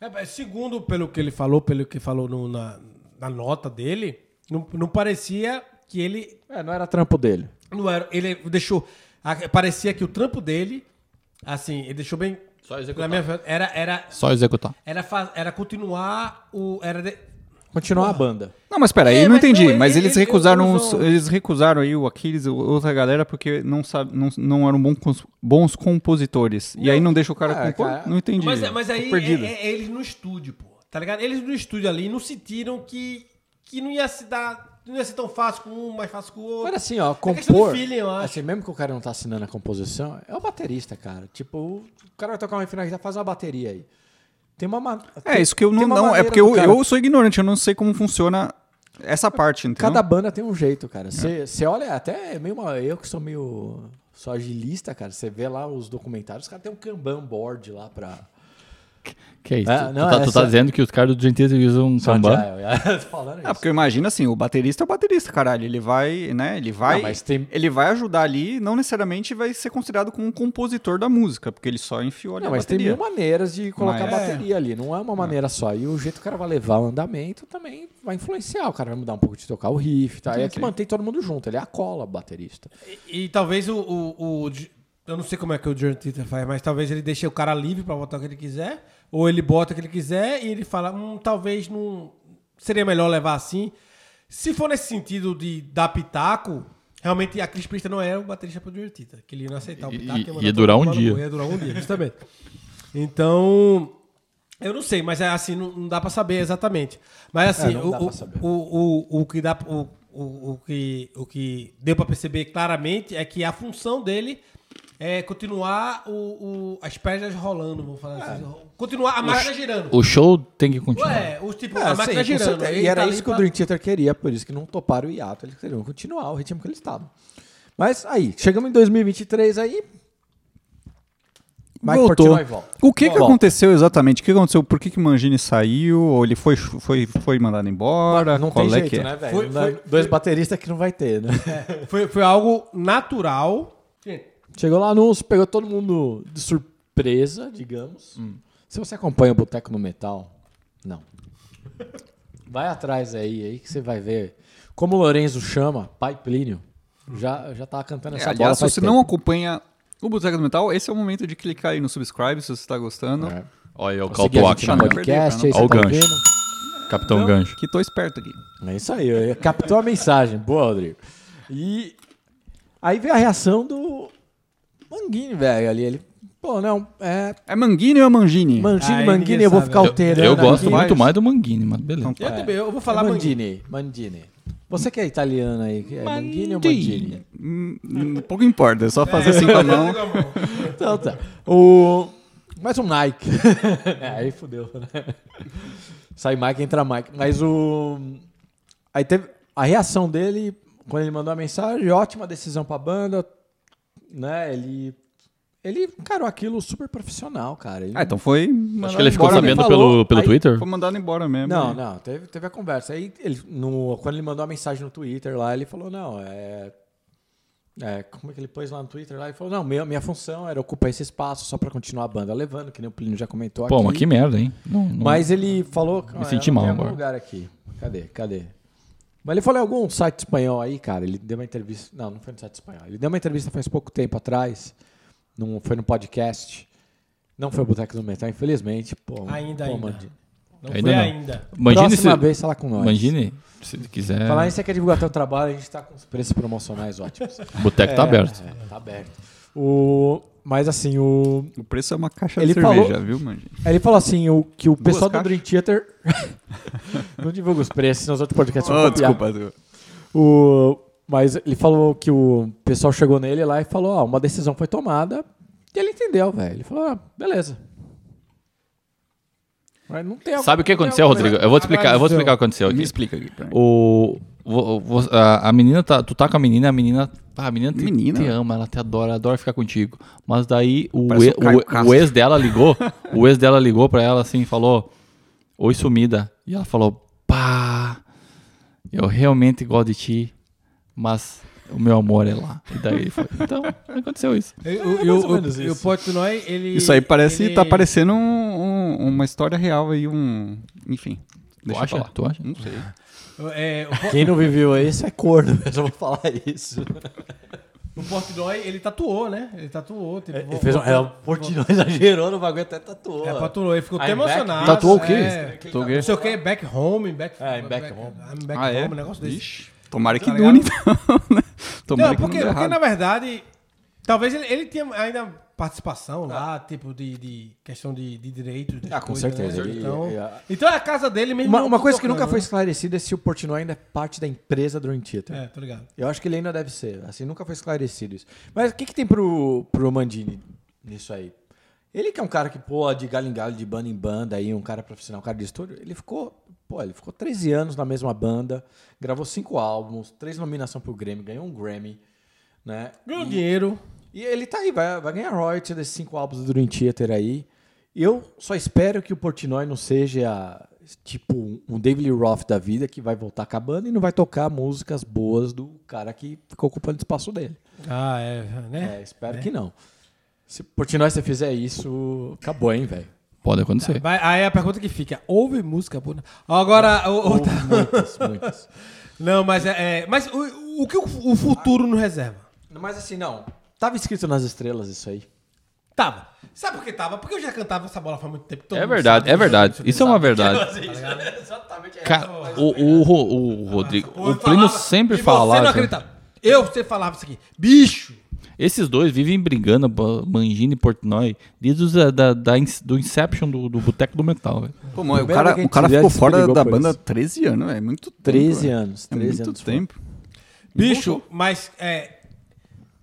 A: É, mas segundo pelo que ele falou, pelo que falou no- na, na nota dele, não, não parecia que ele
B: É, não era trampo dele.
A: não era, ele deixou a- parecia que o trampo dele, assim, ele deixou bem
D: Só
A: na
D: executar.
A: minha era era
D: Só executar.
A: era fa- era continuar o era de-
B: Continuou a banda.
C: Não, mas peraí,
A: É,
C: eu não
A: mas não,
C: entendi.
A: ele-
C: mas eles
A: ele- ele
C: recusaram os-
A: usou-
C: eles recusaram aí o Aquiles, o- outra galera, porque não, sabe, não, não eram bons, cons- bons compositores. E aí não deixa o cara
B: Ah,
C: compor?
B: cara.
C: Não entendi.
A: Mas, mas
C: Tô
A: aí
C: perdido.
A: é, é eles no estúdio, pô. Tá ligado? Eles no estúdio ali não sentiram que que não ia se dar, não ia ser tão fácil com um, mais fácil com o outro. É
B: Mas assim, ó,
A: questão de
B: compor.
A: feeling, eu acho.
B: Assim, mesmo que o cara não tá assinando a composição, é o baterista, cara. Tipo, o cara vai tocar uma finalista, tá, faz uma bateria aí. Tem uma. ma-
C: É,
B: tem-
C: isso que eu
B: tem
C: não.
B: uma
C: não é
B: maneira
C: porque
B: do
C: eu,
B: cara-
C: eu sou ignorante, eu não sei como funciona essa parte, entendeu?
B: Cada banda tem um jeito, cara. Você olha, até é meio uma, eu que sou meio sou agilista, cara. Você vê lá os documentários, os caras têm um Kanban board lá pra.
D: Que é isso?
B: Ah,
D: tu,
B: não,
D: tá, tu
B: essa-
D: tá dizendo que os caras do Gentil usam um
B: é.
D: samba?
B: Agile, tô falando isso.
C: Ah, porque eu imagino assim, o baterista é o baterista, caralho. Ele vai, né? Ele vai.
B: Não, mas tem-
C: Ele vai ajudar ali, não necessariamente vai ser considerado como um compositor da música, porque ele só enfiou ali
B: Não,
C: a
B: mas tem
C: bateria.
B: mil maneiras de colocar
C: Mas-
B: a bateria ali. Não é uma maneira só. E o jeito que o cara vai levar o andamento também vai influenciar. O cara vai mudar um pouco de tocar o riff. Tá? É que mantém todo mundo junto. Ele é a cola, baterista.
A: E, e talvez o, o, o- Eu não sei como é que o Jordan Twitter faz, mas talvez ele deixe o cara livre pra botar o que ele quiser. Ou ele bota o que ele quiser e ele fala, hum, talvez não. Seria melhor levar assim. Se for nesse sentido de dar pitaco, realmente a Cris Prista não era o baterista pro Jordan Twitter. Que ele não ia aceitar o
D: E-
A: pitaco.
D: e-
A: mandar
D: ia
A: todo
D: durar
A: mundo
D: um
A: tomar no
D: dia.
A: cu, Ia durar um dia, justamente. Então. Eu não sei, mas é assim, não, não dá pra saber exatamente. Mas assim,
B: É, não
A: o,
B: dá
A: o,
B: pra saber.
A: o, o, o que dá o, o, o que o que deu pra perceber claramente é que a função dele é continuar o, o- as pernas rolando, vamos falar assim, continuar a máquina girando.
D: O show tem que continuar.
A: Ué, o tipo
B: É,
A: a
B: sim,
A: máquina
B: com
A: girando.
B: certeza.
A: Ele
B: E era
A: tá ali
B: isso que
A: pra-
B: o Dream Theater queria, por isso que não toparam o hiato. Eles queriam continuar o ritmo que eles estavam. Mas aí, chegamos em 2023 aí. Mike
C: Voltou.
B: Portnoy volta.
C: O que, que
B: Volta.
C: aconteceu exatamente? O que aconteceu? Por que, que Mangini saiu? Ou ele foi, foi, foi mandado embora?
B: Não
C: Qual
B: tem
C: é
B: jeito,
C: que é?
B: né, velho?
A: Foi-
B: Não-
A: foi-
B: Dois bateristas que não vai ter, né?
A: Foi, foi algo natural.
B: Chegou lá anúncio, pegou todo mundo de surpresa, digamos.
D: Hum.
B: Se você acompanha o Boteco no Metal, não. Vai atrás aí, aí que você vai ver. Como o Lorenzo chama, pai Plínio, já, já tava cantando
C: É,
B: essa bola
C: aliás, se
B: faz
C: você
B: tempo.
C: não acompanha o Boteco do Metal, esse é o momento de clicar aí no subscribe se você está gostando.
B: É.
D: Olha aí, o Call
B: Seguir
D: to
B: a gente
D: Action,
B: no
D: né?
C: Chama-
B: podcast, aí
D: Olha
B: você
D: o
B: tá
D: gancho.
B: ouvindo.
D: Capitão
C: Então,
D: Gancho.
C: Que tô esperto aqui.
B: É isso aí, eu- captou a mensagem. Boa, Rodrigo. E aí veio a reação do Manguinho, velho, ali. Ele, pô, não, é.
C: É Mangini ou é Mangini?
A: Aí
B: Mangini,
A: ninguém
B: Manguini, eu vou
A: sabe,
B: ficar
A: né?
B: alterando.
D: Eu gosto
B: aqui.
D: muito mais do Manguini, mas beleza.
A: Eu
B: É.
A: também, eu vou
B: Fala
A: falar Mandini.
B: Mandini. Mandini. Você que é italiano aí, que é Mandini ou Mandini?
C: Hum, hum, pouco importa, é só fazer assim com a mão.
B: Então tá. O... Mais um Nike. É, aí fudeu, né? Sai Mike, entra Mike. Mas o. Aí teve. A reação dele, quando ele mandou a mensagem, ótima decisão pra banda. Né? Ele. Ele encarou aquilo super profissional, cara. Ele-
C: Ah, então foi.
D: Acho que ele ficou
B: Embora
D: sabendo
B: alguém falou,
D: pelo, pelo
B: aí
D: Twitter.
C: Foi mandado embora
D: Né,
C: mesmo.
B: Não, não, teve, teve a conversa. Aí ele, no, quando ele mandou a mensagem no Twitter lá, ele falou, não, é. é, como é que ele pôs lá no Twitter lá? Ele falou, não, minha, minha função era ocupar esse espaço só pra continuar a banda levando, que nem o Plínio já comentou
D: Pô,
B: aqui.
D: mas que merda, hein? Não, não-
B: Mas ele falou. "Ah, Me
D: senti mal agora.
B: lugar aqui. Cadê? Cadê? Mas ele falou em algum site espanhol aí, cara. Ele deu uma entrevista. Não, não foi no site espanhol. Ele deu uma entrevista faz pouco tempo atrás. Num, foi no podcast. Não foi o Boteco do Metal, infelizmente. Pô,
A: Ainda,
B: pô,
A: ainda.
B: mano.
A: Não foi
D: Ainda não.
A: ainda.
D: Imagine
B: Próxima
D: se,
B: vez, fala com nós.
D: imagine se quiser.
B: Falar em você quer divulgar teu trabalho, a gente tá com os preços promocionais ótimos.
D: O boteco tá aberto.
B: É, tá aberto. O, mas assim, o,
C: O preço é uma caixa
B: Ele
C: de cerveja,
B: falou-
C: viu, mano? gente?
B: Aí Ele falou assim, o, que o pessoal do
C: caixas.
B: Dream Theater... não divulga os preços, senão os outros podcasts vão
C: Oh,
B: copiar.
C: desculpa. Edu.
B: O, mas ele falou que o pessoal chegou nele lá e falou, ó, uma decisão foi tomada e ele entendeu, velho. Ele falou, ah, beleza. Mas não tem
D: Sabe o que
B: não tem
D: aconteceu,
B: alguma
D: Rodrigo? Eu vou te explicar, eu vou te
B: Agradeceu.
D: explicar o que aconteceu aqui.
C: Me explica aqui. pra mim.
D: O, vo- vo- a, a menina tá. Tu tá com a menina, a menina. ah, A menina te,
C: Menina?
D: te ama, ela te adora, ela adora ficar contigo. Mas daí o,
C: Parece
D: e-
C: o Caio
D: o-
C: Castro.
D: o ex dela ligou. o ex dela ligou pra ela assim e falou: Oi, sumida. E ela falou: Pá, eu realmente gosto de ti, mas o meu amor é lá. E daí ele foi. Então, aconteceu isso.
A: Eu, eu,
B: É, mais ou
A: eu,
B: menos
A: eu-
B: isso.
A: o Portnoy, ele.
C: Isso aí parece,
A: ele- é,
C: tá parecendo um- um- uma história real aí, um... Enfim, deixa
D: tu acha?
C: eu falar.
D: Tu acha?
C: Não sei.
A: É, o,
B: Quem não viveu isso é corno, eu já vou falar isso.
A: Po- o Portnoy, ele tatuou, né? Ele tatuou. Tipo,
B: Ele fez um, é, o Portinho exagerou no bagulho, até tatuou.
A: É, tatuou. Ele ficou até
B: I'm back.
A: emocionado.
D: Tatuou o quê?
A: É,
D: Tatuou o quê?
A: Não sei o quê, back home, back.
B: É, I'm back home.
A: I'm back
C: Ah,
A: home,
C: é?
A: um negócio desse.
C: Ixi, tomara que
A: Tá
C: dure, então. né? Tomara
B: é
A: Não,
C: que
A: porque,
C: não dê
A: porque
C: errado.
A: na verdade, talvez ele, ele tenha ainda participação lá, tipo, de, de questão de, de direitos. das
B: Ah, com
A: coisas,
B: certeza,
A: né?
B: ele-
A: Então,
B: ele- a-
A: então é a casa dele mesmo.
B: Uma,
A: não
B: uma coisa que
A: tocando,
B: nunca foi
A: né?
B: esclarecida é se o Portnoy ainda é parte da empresa Dream Theater.
A: É, tô ligado.
B: Eu acho que ele ainda deve ser. Assim, nunca foi esclarecido isso. Mas o que, que tem pro, pro Mandini nisso aí? Ele que é um cara que, pô, de galho em galho, de banda em banda, aí, um cara profissional, um cara de estúdio, ele ficou, pô, ele ficou 13 anos na mesma banda, gravou cinco álbuns, três nominações pro Grammy, ganhou um Grammy, né?
A: Ganhou dinheiro.
B: E ele tá aí, vai, vai ganhar royalties desses cinco álbuns do Dream Theater aí. Eu só espero que o Portnoy não seja tipo um David Lee Roth da vida que vai voltar acabando e não vai tocar músicas boas do cara que ficou ocupando o espaço dele.
A: Ah, é, né?
B: É, espero que não. Se o Portnoy você fizer isso, acabou, hein, velho?
D: Pode
B: É.
D: acontecer.
A: Vai- aí é a pergunta que fica, houve música boa? Agora, o- o-
B: Houve Muitas, muitas.
A: não, mas é, é- mas o, o que o, o futuro nos reserva?
B: Mas assim, não. Tava escrito nas estrelas isso aí.
A: Tava. Sabe por que tava? Porque eu já cantava essa bola faz muito tempo.
C: Tá.
A: todo
D: É
A: mundo
D: verdade,
A: sabe
D: é
A: disso,
D: verdade. Isso é uma
B: Tá
D: verdade.
B: Exatamente.
D: Cara, o, o, Ro- o Rodrigo,
A: Pô,
D: é o
A: eu
D: Plínio
A: falava,
D: sempre
A: e Você não
D: falava. assim.
A: acreditava. Eu sempre falava isso aqui. Bicho!
D: Esses dois vivem brigando, Ba- Mangini e Portnoy, desde os, eh, da, da in- do Inception do, do Boteco do Metal. velho.
C: Pô, mano,
B: Primeiro
C: o cara,
B: que a
C: o cara
B: gente
C: ficou
B: se
C: fora
B: brigou
C: da
B: por
C: banda há
B: isso.
C: 13 anos, é muito tempo.
B: 13
C: velho.
B: anos,
C: É
B: 13
C: muito
B: anos fora.
C: tempo.
A: Bicho, mas é,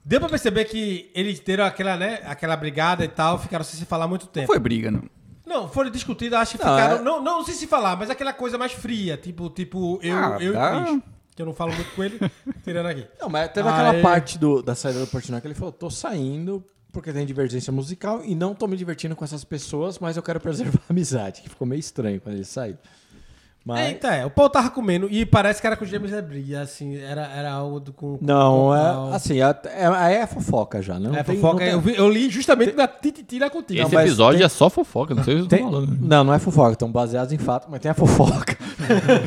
A: deu pra perceber que eles teram aquela, né, aquela brigada e tal, ficaram sem se falar muito
C: Não
A: tempo.
C: foi briga, não.
A: Não, foram discutidos, acho que
B: Não,
A: ficaram.
B: é-
A: Não, não sei se falar, mas aquela coisa mais fria, tipo, tipo, eu,
C: Ah,
A: eu
C: dá-
D: tá.
A: e o bicho. Que eu não falo muito com ele, tirando aqui.
B: Não, mas teve
A: Ah,
B: aquela
A: é.
B: parte do- da saída do Portnoy que ele falou: tô saindo porque tem divergência musical e não tô me divertindo com essas pessoas, mas eu quero preservar a amizade. Que ficou meio estranho quando ele saiu. Mas.
A: Eita, é, o pau tava comendo e parece que era com o James Lebrie, assim, era, era algo do, com. com-
B: Não,
A: com-
B: é
A: com-
B: assim, é, é, é fofoca já, né? Não
A: então, É,
B: tem-
A: fofoca,
B: não tem-
A: eu, vi- eu li justamente na tititira contigo.
D: Esse
B: Então, mas
D: episódio
B: tem-
D: é só fofoca, não sei o que eu
B: Tem-
D: tô
A: né?
D: falando.
B: Não, não é fofoca, estão baseados em fato, mas tem a fofoca.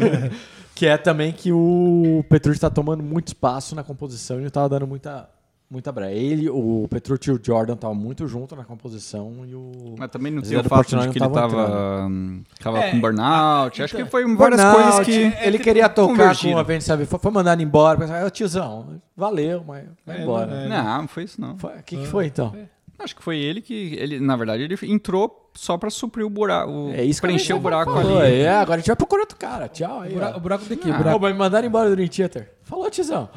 B: que é também que o Petrucci tá tomando muito espaço na composição e não tava dando muita, muita brecha. Ele, o Petrucci e o Jordan estavam muito junto na composição e o.
C: Mas também não
B: Mas
C: tem o
B: era do
C: fato
B: Portnoy,
C: de que
B: não
C: ele
B: tava
C: tava, hum, tava
A: É, então.
C: com burnout. Acho que foi várias
B: Burnout,
C: coisas que.
A: é,
B: ele
A: que
B: queria tocar com
C: convergiram.
B: a Vênus Sabe, foi foi mandado embora. Pensava, "Ah, tiozão, valeu, mas vai
A: É,
B: embora.
A: não, é.
C: Não, não foi isso não.
B: O que, que foi então?
C: Acho que foi ele que. Ele, na verdade, ele entrou só pra suprir o buraco. o-
B: É isso que
C: preencher
B: a
C: o buraco
B: falou,
C: ali.
B: É, agora a gente vai procurar outro cara. Tchau.
A: O
B: Aí,
A: buraco, o
B: ó.
A: buraco de quê? O
B: Ah,
A: buraco.
B: mas mandaram embora do Dream Theater. Falou, tiozão.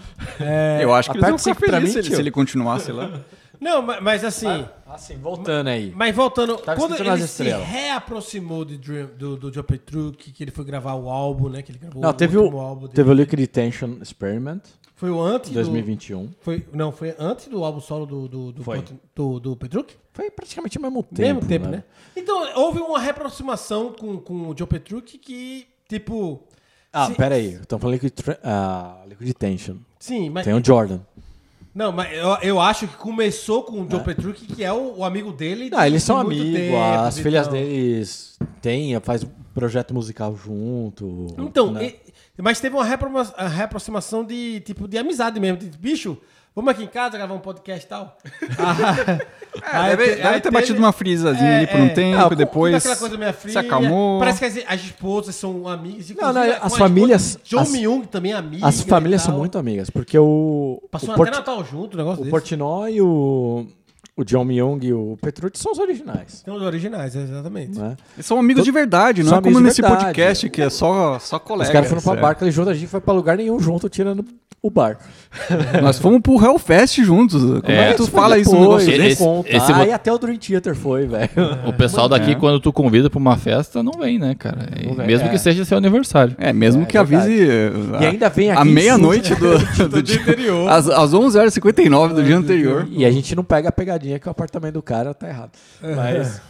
C: Eu acho que
B: é.
C: ele
B: aperta
C: não
B: cinco pra
C: feliz
B: mim,
C: se ele,
B: tio.
C: se ele continuasse lá.
A: Não, ma- mas assim.
B: Assim, voltando aí.
A: Mas voltando,
B: Tava
A: quando
B: escrito nas
A: ele
B: estrelas.
A: se reaproximou de Dream, do, do Joe Petrucci, que ele foi gravar o álbum, né? Que ele gravou
B: Não, teve
A: último
B: o,
A: álbum dele.
B: teve o Liquid Tension Experiment,
A: Foi o antes
B: 2021.
A: do... Foi, não, foi antes do álbum solo do, do, do,
B: Foi.
A: Pot- do, do Petrucci?
B: Foi praticamente ao mesmo tempo.
A: Mesmo tempo, né? Então, houve uma reaproximação com, com o Joe Petrucci que, tipo...
B: Ah,
A: se-
B: pera aí. Estamos falando Liquid, Tre- ah, Liquid Tension.
A: Sim, mas...
B: Tem o Jordan.
A: Não, mas eu, eu acho que começou com o Joe Petrucci, que é o, o amigo dele...
B: Não, Ah, eles
A: de
B: são
A: muito
B: amigos,
A: tempo,
B: as filhas
A: então.
B: deles têm, faz projeto musical junto.
A: Então,
B: né?
A: e- Mas teve uma reaproxima- a reaproximação de tipo de amizade mesmo. De, bicho, vamos aqui em casa gravar um podcast e tal.
C: É, deve, deve ter
A: teve-
C: batido uma frisazinha
A: É,
C: ali por
A: é.
C: um tempo,
A: Tudo
C: depois
A: aquela coisa meio fria.
C: se acalmou.
A: Parece que as, as esposas são amigas.
B: Não, não,
A: inclusive,
B: as
A: com a
B: famílias-
A: esposa- John
B: as-
A: Myung também é amigo.
B: As famílias são muito amigas, porque o.
A: Passou
B: o
A: até
B: Porti-
A: Natal junto, um negócio
B: O
A: desse.
B: Portnoy e o, o John Myung e o Petrucci são os originais.
A: Tem os originais, exatamente.
B: Né?
C: Eles são amigos de verdade, não
B: São
C: é como
B: amigos de
C: nesse
B: verdade.
C: podcast que é só, só colegas.
B: Os caras foram pra
C: é.
B: barca, eles juntos, a gente foi pra lugar nenhum junto, tirando o barco.
C: É. Nós fomos pro Hellfest juntos. Como é,
D: É,
C: que tu
B: Isso
C: fala
B: foi
C: isso no
B: depois,
D: esse-
C: negócio
B: nem
A: né?
C: desse?
D: esse-
B: conta.
D: esse
B: Ah,
D: bot-
B: e até o Dream Theater foi, velho.
D: O pessoal daqui,
C: É.
D: quando tu convida pra uma festa, não vem, né, cara? E
B: Não vem,
D: mesmo
B: é.
D: que seja seu aniversário.
C: É, mesmo
B: É,
C: que avise.
B: E
C: Ah. a-
B: ainda vem aqui.
C: À
B: e
C: meia-noite
B: suja.
C: do, do, dia anterior. Às, às 11 h 59 do dia
A: Uhum.
C: anterior.
B: E a gente não pega a pegadinha que o apartamento do cara tá errado.
A: É.
B: Mas.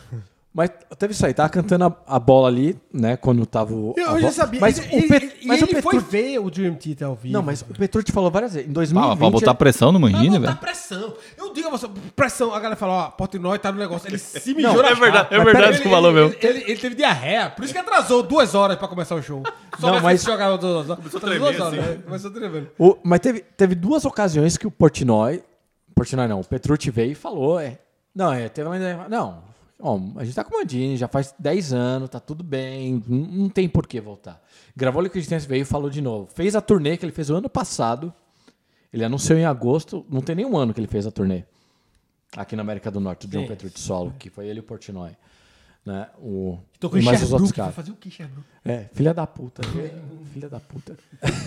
B: Mas teve isso aí, tava cantando a, a bola ali, né? Quando tava. o-
A: Eu,
B: a
A: eu já
B: bola.
A: sabia.
B: Mas
A: e,
B: o,
A: e-
B: Pet-
A: e
B: mas o
A: ele foi
B: Petrucci.
A: ver o Dream Theater ao vivo.
B: Não, mas né, o Petrucci falou várias vezes. Em
D: Ah,
B: 2020.
D: pra botar pressão no
A: Pra
D: Mangini,
A: botar
D: velho.
A: pressão. Eu digo a você, pressão. A galera fala, ó, Portnoy tá no negócio. Ele se mijou
B: Não,
A: na
B: é
D: verdade, é
A: cara. Mas
D: verdade
A: peraí,
D: que falou
A: ele-
D: mesmo.
A: Ele, ele- ele teve diarreia, por isso que atrasou duas horas pra começar o show. Só
B: Não,
A: não, mas...
B: mas-
A: jogava duas horas. Começou
D: tremer,
A: duas
D: assim.
A: horas, né? Começou tremendo.
B: O- mas teve, teve duas ocasiões que o Portnoy. Portnoy não, o Petrucci veio e falou. É, não, é, teve uma ideia. Não, ó, a gente tá com o Mandini, já faz 10 anos, tá tudo bem, não, não tem por que voltar. Gravou o Liquiditense, veio e falou de novo. Fez a turnê que ele fez o ano passado. Ele anunciou em agosto, não tem nenhum ano que ele fez a turnê. Aqui na América do Norte, o John Petrucci solo, que foi ele e o Portnoy. Né? O,
A: Tô com
B: e mais os outros
A: Sherbrooke.
B: caras.
A: Vai fazer o que, Sherbrooke?
B: É, filha da puta. viu? filha da puta.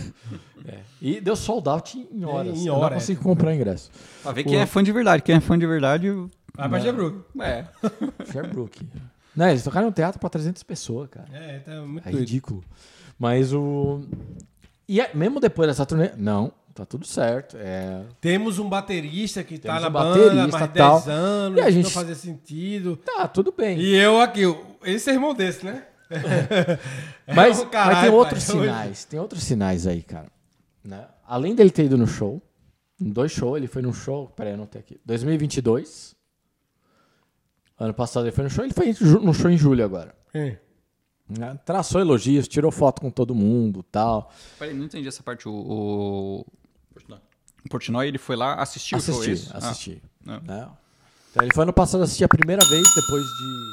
B: É, E deu sold out É, em horas.
A: em
B: eu não
A: hora,
B: consegui comprar ingresso.
C: Pra ver quem é fã de verdade. Quem é fã de verdade.
A: Vai pra Ah, Sherbrooke.
C: É.
B: Sherbrooke. Não, eles tocaram um teatro pra 300 pessoas, cara.
A: É, tá muito
B: É
A: doido.
B: ridículo. Mas o... E é- mesmo depois dessa turnê... Não, tá tudo certo. É...
A: Temos um baterista que tá
B: Temos
A: na
B: um
A: banda há
B: baterista,
A: mais
B: tal.
A: 10 anos.
B: E a
A: isso
B: gente-
A: Não fazia sentido.
B: Tá, tudo bem.
A: E eu aqui, o- esse é irmão desse, né? É
B: Mas,
A: um
B: mas
A: caralho,
B: tem outros
A: pai, hoje.
B: sinais. Tem outros sinais aí, cara. né? Além dele ter ido no show, em dois shows, ele foi no show. Peraí, eu não tenho aqui. 2022. Ano passado ele foi no show. Ele foi em ju- no show em julho agora.
A: É.
B: né? Traçou elogios, tirou foto com todo mundo tal.
C: Peraí, não entendi essa parte. O. o... o Portnoy, ele foi lá, assistiu o show, é
B: Assisti,
C: isso?
B: assisti.
C: Ah,
B: né? Então ele foi ano passado assistir a primeira vez depois de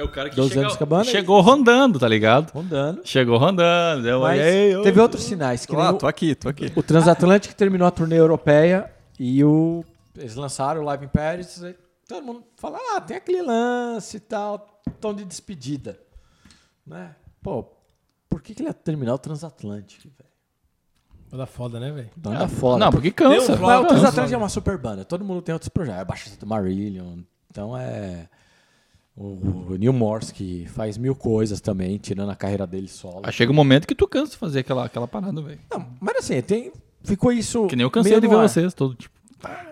D: É o cara que
B: 12 anos com a banda.
D: Chegou rondando, tá ligado?
B: rondando.
D: Chegou rondando. um Eu
B: Mas
D: olhei. eu-
B: teve outros sinais. Que
C: Tô
B: nem
C: lá,
B: o-
C: tô aqui, tô aqui.
B: O Transatlântico terminou a turnê europeia e o eles lançaram o Live in Paris. aí todo mundo fala, ah, tem aquele lance e tal, tom de despedida. Né? Pô, por que, que ele ia terminar o Transatlântico, velho? tá
A: Banda foda, né, velho?
B: Banda foda.
D: Não,
B: Por-
D: porque cansa.
A: Tem um
B: Mas o
A: flauta,
D: cansa.
B: Transatlântico é uma super banda. Todo mundo tem outros projetos. É Baixa Santa Marillion. Então é... O o Neil Morse, que faz mil coisas também, tirando a carreira dele solo.
D: Aí chega um momento que tu cansa de fazer aquela, aquela parada, velho.
B: Não, mas assim, tem... ficou isso...
D: Que nem eu cansei
B: meio
D: de
B: no
D: ver
B: ar.
D: vocês todo tipo.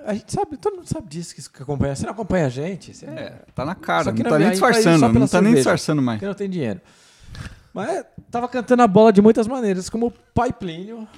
B: A gente sabe, todo mundo sabe disso que que acompanha. Você não acompanha a gente? Você
C: É, tá na cara,
B: Só
C: não
B: que na
C: tá nem
B: viagem faz
C: disfarçando,
B: só pela
C: não tá nem
B: cerveja.
C: disfarçando mais.
B: que não tem dinheiro. Mas tava cantando a bola de muitas maneiras, como o pai Plínio.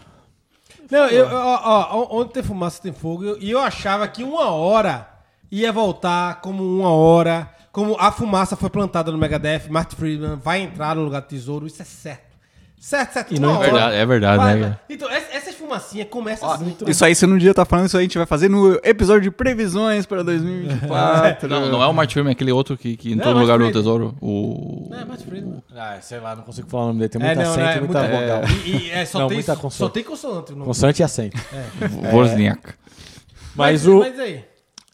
A: Não, eu, eu- ó, ó, onde tem fumaça tem fogo. Eu- E eu, achava que uma hora ia voltar como uma hora. Como a fumaça foi plantada no Megadeth, Martin Friedman vai entrar no lugar do tesouro. Isso é certo. Certo, certo.
B: E não
A: uma
D: é verdade,
A: hora.
D: é verdade,
A: Vai,
D: né,
A: vai.
D: cara?
A: Então, essa- essas fumacinhas começam
C: Ó,
A: assim.
C: isso aí você não devia estar falando, isso aí a gente vai fazer no episódio de previsões para 2024.
D: Não, não é o Martin Freeman, é aquele outro que, que entrou
A: Não,
D: no lugar
A: Martin
D: do tesouro. O.
A: Não, é Martin Friedman. É,
B: Ah, sei lá, não consigo falar o nome dele. Tem muita acento
A: não,
B: e É, né, muita vogal.
A: E, e, é, só,
B: Não,
A: tem,
B: muita
A: só
B: consoante.
A: tem consoante. no-
B: Constante e acento.
D: Wozniak.
B: Mas o.
A: Mas aí.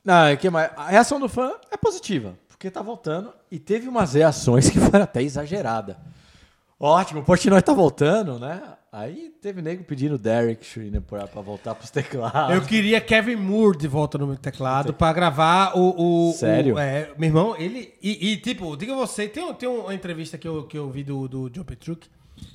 B: Não, é que mais- a reação do fã é positiva, porque tá voltando. E teve umas reações que foram até exagerada. Ótimo, o Portnoy tá voltando, né? Aí teve nego pedindo Derek Schreiner pra, pra voltar pros teclados.
A: Eu queria Kevin Moore de volta no meu teclado pra gravar o. o-
B: Sério?
A: o- é, meu irmão, ele. E, e, tipo, diga você, tem, um- tem uma entrevista que eu, que eu vi do, do John Petrucci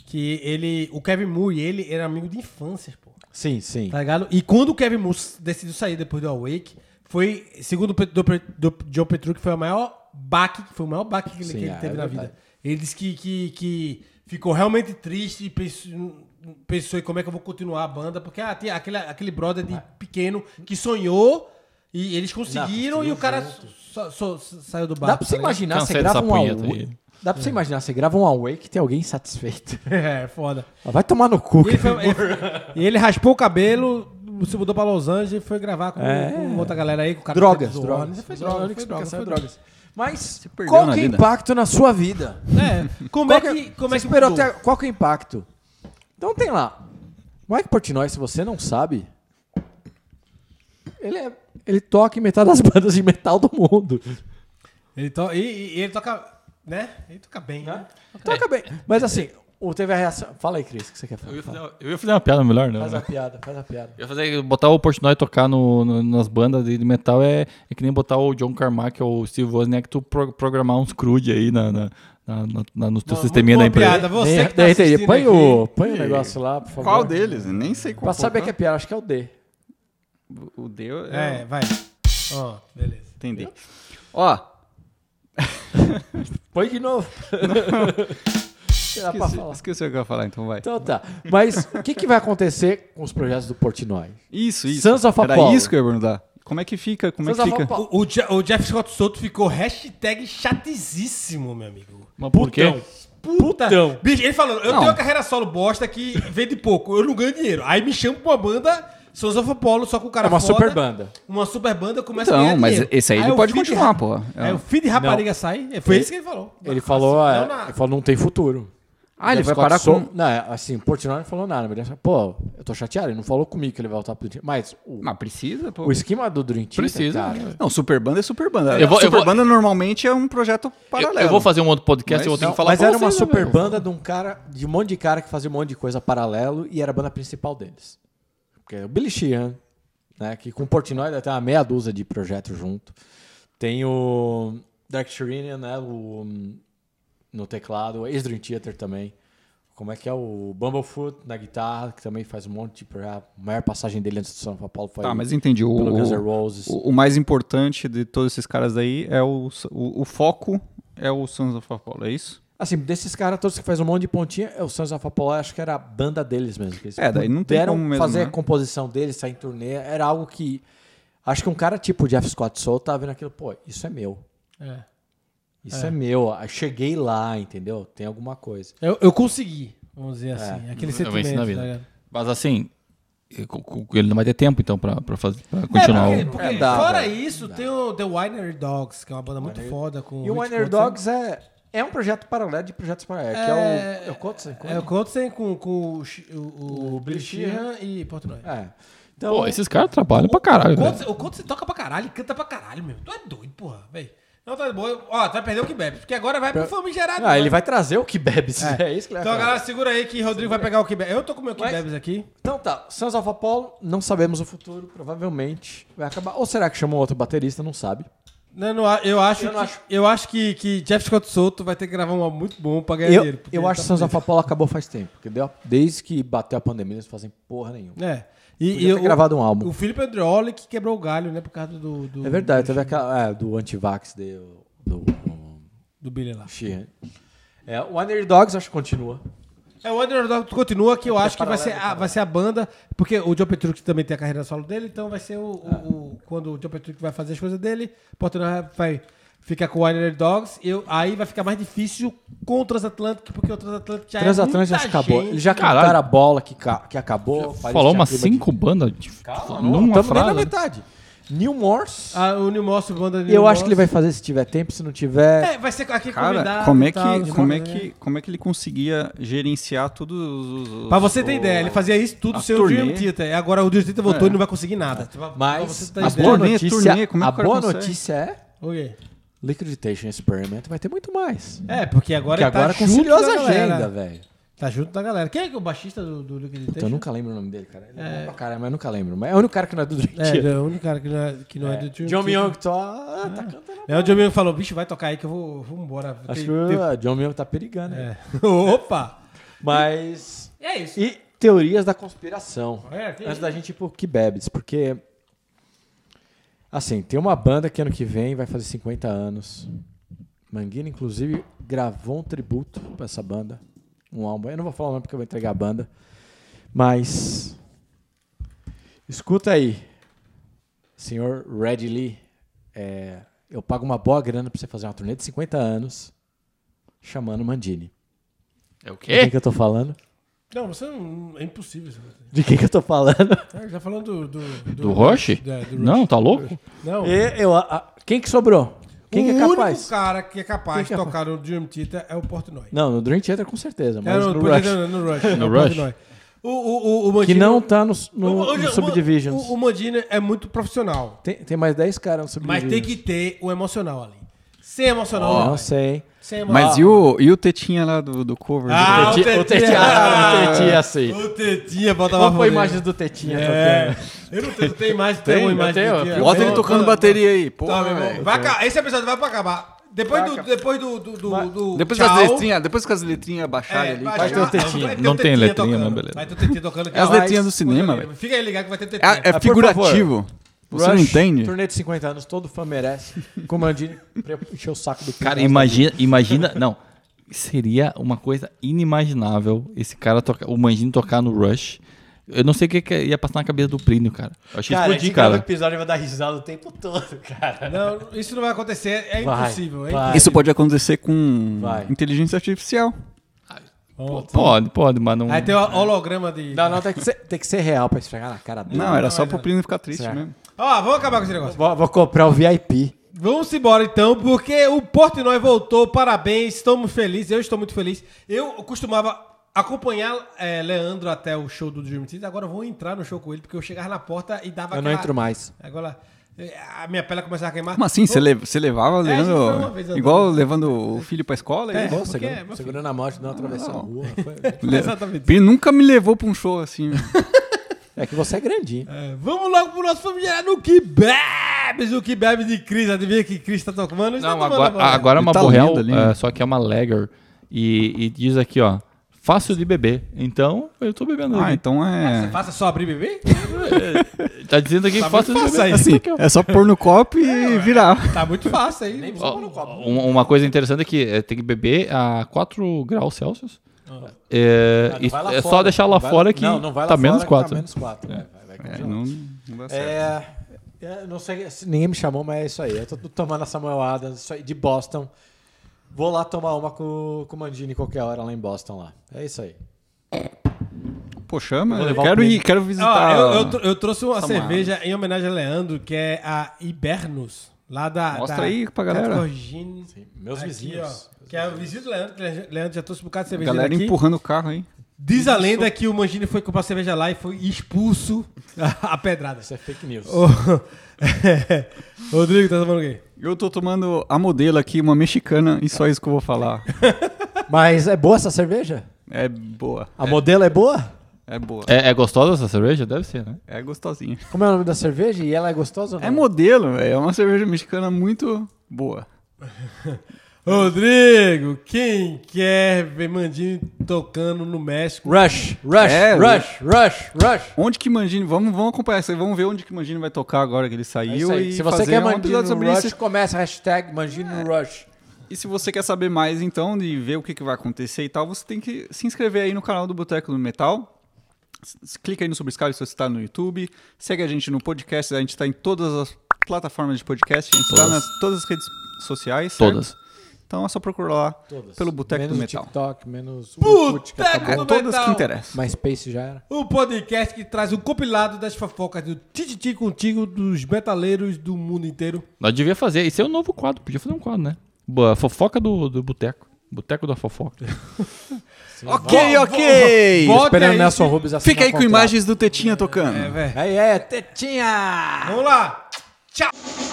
A: que ele. O Kevin Moore e ele eram amigo de infância, pô.
B: Sim, sim.
A: Tá ligado? E quando o Kevin Moore decidiu sair depois do Awake, foi, segundo o Pet- do, Pet- do John Petrucci, foi o maior baque, foi o maior baque que ele,
B: Sim,
A: que ele
B: é,
A: teve
B: é
A: na
B: verdade.
A: vida. Ele disse que, que, que ficou realmente triste e pensou, pensou em como é que eu vou continuar a banda, porque ah, tinha aquele, aquele brother
B: É.
A: de pequeno que sonhou e eles conseguiram e o cara só- só- só saiu do barco.
B: Dá pra você
A: tá ligado?
B: imaginar, você
D: Cansei dessa
B: grava um
D: punheta
B: Awake.
D: aí.
B: Dá pra você imaginar, você grava um away que tem alguém insatisfeito.
A: É, foda.
B: Ah, Vai tomar no cu,
A: E ele,
B: cara.
A: foi- ele- e ele raspou o cabelo, se mudou pra Los Angeles e foi gravar com,
B: É.
A: com outra galera aí. Com o cara
B: Drogas,
A: que fez o
B: drogas.
A: ônibus. Foi
B: Drogas,
A: droga, foi droga,
B: explicação
A: foi
B: é
A: droga.
B: drogas. Mas
C: perdeu
B: qual
C: na
B: que é o
C: vida.
B: impacto na sua vida?
A: É, como é que, como é que
B: esperou
A: mudou?
B: até qual que é o impacto? Então tem lá. Mike Portnoy, se você não sabe, ele é- ele toca em metade das bandas de metal do mundo.
A: Ele to... e, e- e ele toca, né? Ele toca bem, né?
B: Toca bem. Então Mas assim, o teve a reação. Fala aí, Cris, o que você quer
D: Eu
B: falar?
D: ia
B: Fala.
D: fazer, eu ia fazer uma piada melhor, não.
B: Faz
D: né?
B: a piada, faz a piada.
D: Eu ia fazer, botar o Portnoy tocar no, no- nas bandas de de metal é, é que nem botar o John Carmack ou o Steve Wozniak tu pro- programar uns crude aí na, na, na- na- na- no teu sisteminha da
A: boa
D: empresa.
A: piada, você que tá
B: Daí, daí,
A: assistindo
B: põe,
A: aqui.
B: o, põe o negócio lá, por favor.
C: Qual deles? Nem sei qual.
B: Pra saber que
C: qual-
B: é piada, acho que é o D.
C: O Deus.
A: É, vai. Ó, beleza.
C: Entendi. Ó,
B: Põe de novo. Não dá pra
C: esqueci,
B: falar.
C: esqueci o que eu ia falar, então vai.
B: Então tá. Mas o que, que vai acontecer com os projetos do Portnoy?
C: Isso, isso.
B: Sons of
C: Era
B: Apollo.
C: isso que eu ia perguntar. Como é que fica? Como
B: Sons
C: é que
B: of
C: fica?
B: Apollo.
A: O, o Je- o Jeff Scott Soto ficou hashtag chatizíssimo, meu amigo.
D: Mas por quê?
A: Puta.
B: Putão.
A: Bicho, ele falou, eu
C: Não.
A: tenho uma carreira solo bosta que vende pouco, eu não ganho dinheiro. Aí me chama pra uma banda, Sons of Apollo, só com o cara
B: É uma
A: foda,
B: super banda.
A: Uma super banda começa a
B: é
A: ganhar
C: Então, mas
A: dinheiro.
C: esse
B: Ah,
C: aí, ele
A: o
C: pode
A: feed
C: continuar,
A: ra-
C: pô.
A: Aí o feed rapariga sai, é, foi isso que ele falou.
B: Ele falou,
A: Assim,
B: é,
A: não, na-
B: ele falou, não tem futuro.
C: Ah, ele
B: Jeff
C: vai
B: Scott
C: parar
B: Soul-
C: com.
B: Não, é, assim, o Portnoy não falou nada. Mas ele falou, pô, eu tô chateado, ele não falou comigo que ele vai voltar pro Dream Theater. Mas o,
C: Mas precisa, pô.
B: o esquema do Dream Theater,
D: Precisa.
B: cara,
D: né?
C: Não, super banda é super banda.
D: Eu vou- eu
C: super
D: vou-
C: banda normalmente é um projeto paralelo.
D: Eu, eu vou fazer um outro podcast
C: Mas
D: e eu vou ter
B: Não,
D: que falar
B: mas
D: pra
B: era uma
D: vocês, né,
B: super
D: meu?
B: banda de um cara, de um monte de cara que fazia um monte de coisa paralelo e era a banda principal deles. Porque é o Billy Sheehan, né? Que com o Portnoy deve ter uma meia dúzia de projetos junto. Tem o Dark Sherinian, né? O, hum, no teclado, ex Dream Theater também. Como é que é o Bumblefoot na guitarra, que também faz um monte de projeto. A maior passagem dele antes do São Paulo foi
C: Tá, mas entendi. O,
B: pelo Guns N'
C: o,
B: Roses.
C: o- o mais importante de todos esses caras aí é o, o, o foco é o Sons of Apollo, é isso?
B: Assim, desses caras todos que faz um monte de pontinha, é o Sons of Apollo, acho que era a banda deles mesmo. que eles
C: É, daí não tem
B: puderam
C: como mesmo,
B: fazer
C: né?
B: a composição deles, sair em turnê, era algo que... Acho que um cara tipo o Jeff Scott Soul tava vendo aquilo, pô, isso é meu.
A: É.
B: Isso é, meu. ah, Cheguei lá, entendeu? Tem alguma coisa.
A: Eu, eu consegui, vamos dizer assim. Aquele
D: Eu venci
A: sentimento.
D: na
A: tá
D: vida.
A: ligado?
D: Mas assim, eu- cu- cu- ele não vai ter tempo então pra, pra, fazer, pra
A: É,
D: continuar.
A: porque,
D: o-
A: porque
B: É, dá,
A: fora
B: dá.
A: isso, tem o The Winery Dogs, que é uma banda muito foda. Com
B: E o
A: Rich
B: Winer
A: Cotton.
B: Dogs é, é um projeto paralelo de projetos paralelos. É... Que é o... É o Cotsen?
A: É o Cotsen com, com o, Chi- o, o
B: O
A: Billy Sheehan e Portnoy.
B: É. Então,
D: Pô, esses caras trabalham pra
B: É
D: caralho, né?
A: O
D: velho.
A: Cotsen- O Cotsen toca pra caralho, canta pra caralho, meu. Tu é doido, porra, velho. Não, tá de boa. Ó, tu vai perder o que bebe, porque agora vai pro famigerado.
B: Ah,
A: né?
B: ele vai trazer o que bebe. É, isso que
A: Então,
B: ele vai falar.
A: galera, segura aí que Rodrigo vai pegar o que bebe. Eu tô com o meu que
B: Mas-
A: bebes aqui.
B: Então tá, Sons of Apollo, não sabemos o futuro, provavelmente vai acabar. Ou será que chamou outro baterista? Não sabe.
A: Não, não, eu acho,
B: Eu não
A: que,
B: acho.
A: Eu acho que, que Jeff Scott Soto vai ter que gravar um álbum muito bom pra ganhar
B: Eu,
A: dinheiro. porque
B: eu
A: ele
B: acho que
A: tá
B: Sons of Apollo acabou faz tempo, entendeu? Desde que bateu a pandemia, eles não fazem porra nenhuma.
A: É. E,
B: Podia
A: e
B: ter
A: o-
B: gravado um álbum.
A: O Felipe Andreoli que quebrou o galho, né? Por causa do. do
B: É verdade, teve aquela é, do antivax de- do, do
A: Do Billy lá.
B: Sheehan. É, o Underdogs acho que continua.
A: É, o Underdog continua, que eu acho que vai
B: é paralelo,
A: ser, a, vai ser a banda, porque o John Petrucci também tem a carreira solo dele, então vai ser o. o-
B: Ah.
A: o- quando o John Petrucci vai fazer as coisas dele, Portland vai ficar com o Winer Dogs, eu, aí vai ficar mais difícil com o Transatlântico, porque o Transatlântico já
B: Transatlântico
A: é.
B: já
A: muita
B: acabou.
A: gente.
B: Eles já
D: Caralho.
B: cantaram a bola que, ca- que acabou. Paris
D: Falou
B: tinha
D: umas
B: clima de-
D: cinco bandas de,
B: Não,
D: numa
B: estamos nem na
D: frase.
B: metade. New Morse.
A: Ah, o New Morse, banda de
B: eu
A: New
B: acho que ele
A: Morse.
B: vai fazer se tiver tempo, se não tiver.
A: É, vai ser aqui
C: Cara,
A: convidado
C: como é
A: e tal,
C: que como é
A: né?
C: que como é que ele conseguia gerenciar todos os, os-
A: Pra você ter
C: os-
A: ideia, ele fazia isso tudo
C: a
A: sem o Dream
C: turnê.
A: Theater. Agora o Dream Theater
B: É.
A: voltou e não vai conseguir nada. Pra
B: Mas
A: você ter
B: a
A: ideia.
B: boa
C: Turnê,
B: notícia,
C: turnê, como é
B: a
C: que o cara
B: boa
C: consegue?
B: notícia é
A: O quê?
B: Liquiditation Experiment vai ter muito mais.
A: É, porque agora
B: Porque
A: ele tá
B: agora
A: junto
B: conciliou as
A: da galera.
B: agendas, velho.
A: Tá junto da galera. Quem é que é o baixista do, do Liquid
B: Puta, eu nunca lembro o nome dele, cara. Ele é bom pra caralho, mas eu nunca lembro. Mas é o único cara que não é do Dream
A: É,
B: Theater.
A: é o único cara que não é, que não é, do Dream
B: John
A: Theater.
B: Myung tá, ah, tá cantando.
A: É, o John Myung falou, bicho, vai tocar aí que eu vou, vou embora.
B: Acho
A: Tem-
B: que
A: tem-
B: o John Myung tá perigando. né?
A: É. Opa!
B: Mas...
A: E é isso.
B: E teorias da conspiração.
A: É, que
B: Antes
A: isso.
B: da gente ir pro Que Bebes, porque... Assim, tem uma banda que ano que vem vai fazer 50 anos. Manguina, inclusive, gravou um tributo pra essa banda. Um álbum. Eu não vou falar o nome porque eu vou entregar a banda. Mas... Escuta aí. Senhor Red Lee, é, eu pago uma boa grana pra você fazer uma turnê de 50 anos. chamando Mandini.
D: É o
B: De quem
D: quê?
B: que eu tô falando?
A: Não, você não. É impossível. isso.
B: De quem que eu tô falando?
A: Ah, já falando do. Do,
D: Do Roche?
A: É, do Rush.
D: Não, tá louco?
A: Não.
B: E- eu- a- a- quem que sobrou? Quem
A: o
B: que é
A: único
B: capaz?
A: cara que é capaz
B: Quem que é
A: de tocar no Dream Theater é o Portnoy.
B: Não, no Dream Theater com certeza, mas
A: É, não,
B: no
A: pois
B: Rush,
A: é, não, no Rush. é
D: No
A: o
D: Rush.
A: Portnoy. O, o, o, o Mandino,
B: que não tá no, no,
A: O- o-
B: no
A: o-
B: Subdivisions.
A: O, o Mandino é muito profissional,
B: Tem, tem mais 10 caras no
A: mas
B: Subdivisions.
A: tem que ter o emocional ali. Sem emocional,
B: Não,
A: não. vai.
B: sei.
A: Sem emocional.
C: Mas e o, e o tetinha lá do, do cover?
A: Ah,
B: Teti-
A: o
B: o Tetinha,
A: Tetinha.
B: ah, o Tetinha, sim.
A: O Tetinha botava
B: Qual foi
A: rolê.
B: a imagem do Tetinha
A: É.
B: tocando?
A: Eu não tenho, tem imagem,
B: Tem,
A: tem uma
B: eu
A: imagem.
B: tenho,
A: do Tetinha.
B: eu
C: Bota
B: tenho.
A: Bota-
C: ele tocando bateria aí. Pô,
A: Tá, meu irmão. Vai acabar. Esse episódio vai pra acabar. Depois do. Depois do. do, do, do
C: Depois,
A: tchau,
C: que as letrinhas, depois que as letrinhas baixarem
A: É,
C: ali. tá
A: vai
C: cara.
B: ter o
A: chegar-
B: tetinha.
A: vai ter
D: Não
A: o
D: tem
A: tetinha
D: letrinha,
A: tocando.
D: mas beleza.
A: Vai ter o tetinha tocando.
C: É as
A: Vai.
C: letrinhas do cinema, velho.
A: Fica aí ligado que vai ter tetinha.
C: É, é
B: por
C: figurativo. Você não
B: Rush,
C: entende?
B: Turnê de 50 anos, todo fã merece. Com o Mandini pra encher o saco do
D: Cara,
B: Pindar.
D: imagina, imagina, não. Seria uma coisa inimaginável esse cara tocar, o Mangino tocar no Rush. Eu não sei o que, que ia passar na cabeça do Plínio, cara. Eu achei
B: Cara,
D: que
B: esse
D: explodir,
B: cara.
D: cara.
B: O episódio vai dar risada o tempo todo, cara.
A: Não, isso não vai acontecer. É
B: Vai,
A: impossível, hein?
B: vai.
C: Isso pode acontecer com
B: Vai.
C: inteligência artificial.
D: Pô, Pode, pode, mas não.
A: Aí tem o holograma de.
B: Não, não, tem que ser, tem que ser real pra esfregar na cara dele.
C: Não, era só
A: mas
C: pro
A: não.
C: Plínio ficar triste
B: Será?
C: mesmo.
A: Ó, vamos acabar com esse negócio.
B: Vou, vou comprar o VIP.
A: Vamos embora então, porque o Portnoy voltou. Parabéns, estamos felizes. Eu estou muito feliz. Eu costumava acompanhar eh, Leandro até o show do Dream Theater. Agora eu vou entrar no show com ele, porque eu chegava na porta e dava
B: Eu não
A: aquela-
B: entro mais.
A: Agora eh, a minha pela começava a queimar.
C: Como assim? Você
A: Eu-
C: le- você levava
A: É, a gente foi uma
C: levando.
A: vez andando.
C: igual levando o filho pra escola?
A: É.
C: É.
B: Pô,
A: porque é,
B: segurando,
A: meu
B: segurando a morte, não atravessar a rua. foi-
A: Exatamente.
C: Ele nunca me levou pra um show assim.
B: É que você é grandinho.
A: É, vamos logo pro nosso familiar no que bebes, o que bebe de Cris. Adivinha que Cris tá tocando? Está
D: Não,
A: tomando
D: agora,
A: agora.
D: agora é uma
C: Ele tá
D: borrel,
C: lindo ali,
D: é,
C: né?
D: só que é uma lager. E, e diz aqui, ó. Fácil de beber. Então, eu tô bebendo
C: Ah,
D: aqui.
C: então
A: Você
C: é.
A: faça só abrir e beber?
D: Tá dizendo aqui
A: Tá
D: fácil de
A: muito
D: beber.
A: fácil aí.
C: Assim, é só pôr no copo e virar.
A: Tá muito fácil aí.
D: Ó, um- uma coisa interessante é que é, tem que beber a 4 graus Celsius. É,
B: Ah, não
D: e
B: vai lá
D: é
B: fora.
D: só deixar lá
B: Não vai
D: fora que
B: não, não vai lá
D: tá
B: fora
D: menos
B: que
D: 4.
B: Tá menos 4. É, vai, vai
C: É,
B: congelar.
C: não, não dá certo.
B: É, eu não sei, se ninguém me chamou, mas é isso aí. Eu tô tomando a Samuel Adams, isso aí, de Boston. Vou lá tomar uma com, com o Mandini qualquer hora lá em Boston lá. É isso aí.
A: É.
C: Pô, chama.
B: Vou
C: Eu
B: levar o
C: quero
B: Plínio.
C: ir, quero
A: Ó,
C: visitar.
A: Ah, eu, eu tro- eu trouxe uma
C: Essa
A: cerveja em homenagem a Leandro, que é a Ibernus, lá da.
C: Mostra
A: da
C: aí pra galera.
A: Categorgine.
B: Meus
A: Aqui,
B: vizinhos.
A: ó, que é o vizinho do Leandro, que Le- Leandro já trouxe um bocado de cerveja
C: galera
A: aqui.
C: empurrando o carro aí.
A: Diz a lenda que o Mangini foi comprar cerveja lá e foi expulso a pedrada.
B: Isso é fake news.
A: Ô, Rodrigo, tá tomando o quê?
C: Eu tô tomando a modelo aqui, uma mexicana, e só isso que eu vou falar.
B: Mas é boa essa cerveja?
C: É boa,
B: A modelo é boa?
C: é boa.
D: É, é gostosa essa cerveja? Deve ser, né?
C: É gostosinha.
B: Como é o nome da cerveja? E ela é gostosa ou não?
C: É modelo, é uma cerveja mexicana muito boa.
A: Rodrigo, quem quer ver Mandini tocando no México?
B: Rush, Rush,
C: É,
B: Rush, Rush, Rush.
C: Onde que Mangini... Vamos, vamos acompanhar isso aí, vamos ver onde que Mangini vai tocar agora que ele
B: É
C: saiu
B: isso aí.
C: e
B: Se você
C: fazer
B: quer
C: um
B: Mandini
C: episódio sobre
B: no Rush,
C: isso.
B: começa a hashtag Mandini no
C: É.
B: Rush.
C: E se você quer saber mais, então, de ver o que, que vai acontecer e tal, você tem que se inscrever aí no canal do Boteco do Metal. S- s- Clica aí no subscribe se você está no YouTube. Segue a gente no podcast, a gente está em todas as plataformas de podcast. A gente está
D: Todas.
C: nas todas as redes sociais. certo?
D: Todas.
C: Então é só procurar lá pelo Boteco do
B: Menos o
C: Metal.
B: TikTok, menos o Orkut, que
A: Boteco
B: acabou.
A: do
C: Todas que
A: Metal!
C: interessam.
B: Mas Space já era.
A: O podcast que traz o compilado das fofocas do Tititi contigo dos metaleiros do mundo inteiro.
D: Nós devia fazer. Esse é o novo quadro. Podia fazer um quadro, né? Boa, fofoca do, do boteco. Boteco da fofoca.
C: Ok,
A: Vo-
C: ok!
A: vo- vo- Bota
B: Esperando
A: aí,
B: Nelson
A: se-
B: Rubens assinar
C: Fica aí com
B: contrato.
C: imagens do Tetinha tocando.
A: É, velho.
B: Aí é, tetinha!
A: Vamos lá! Tchau!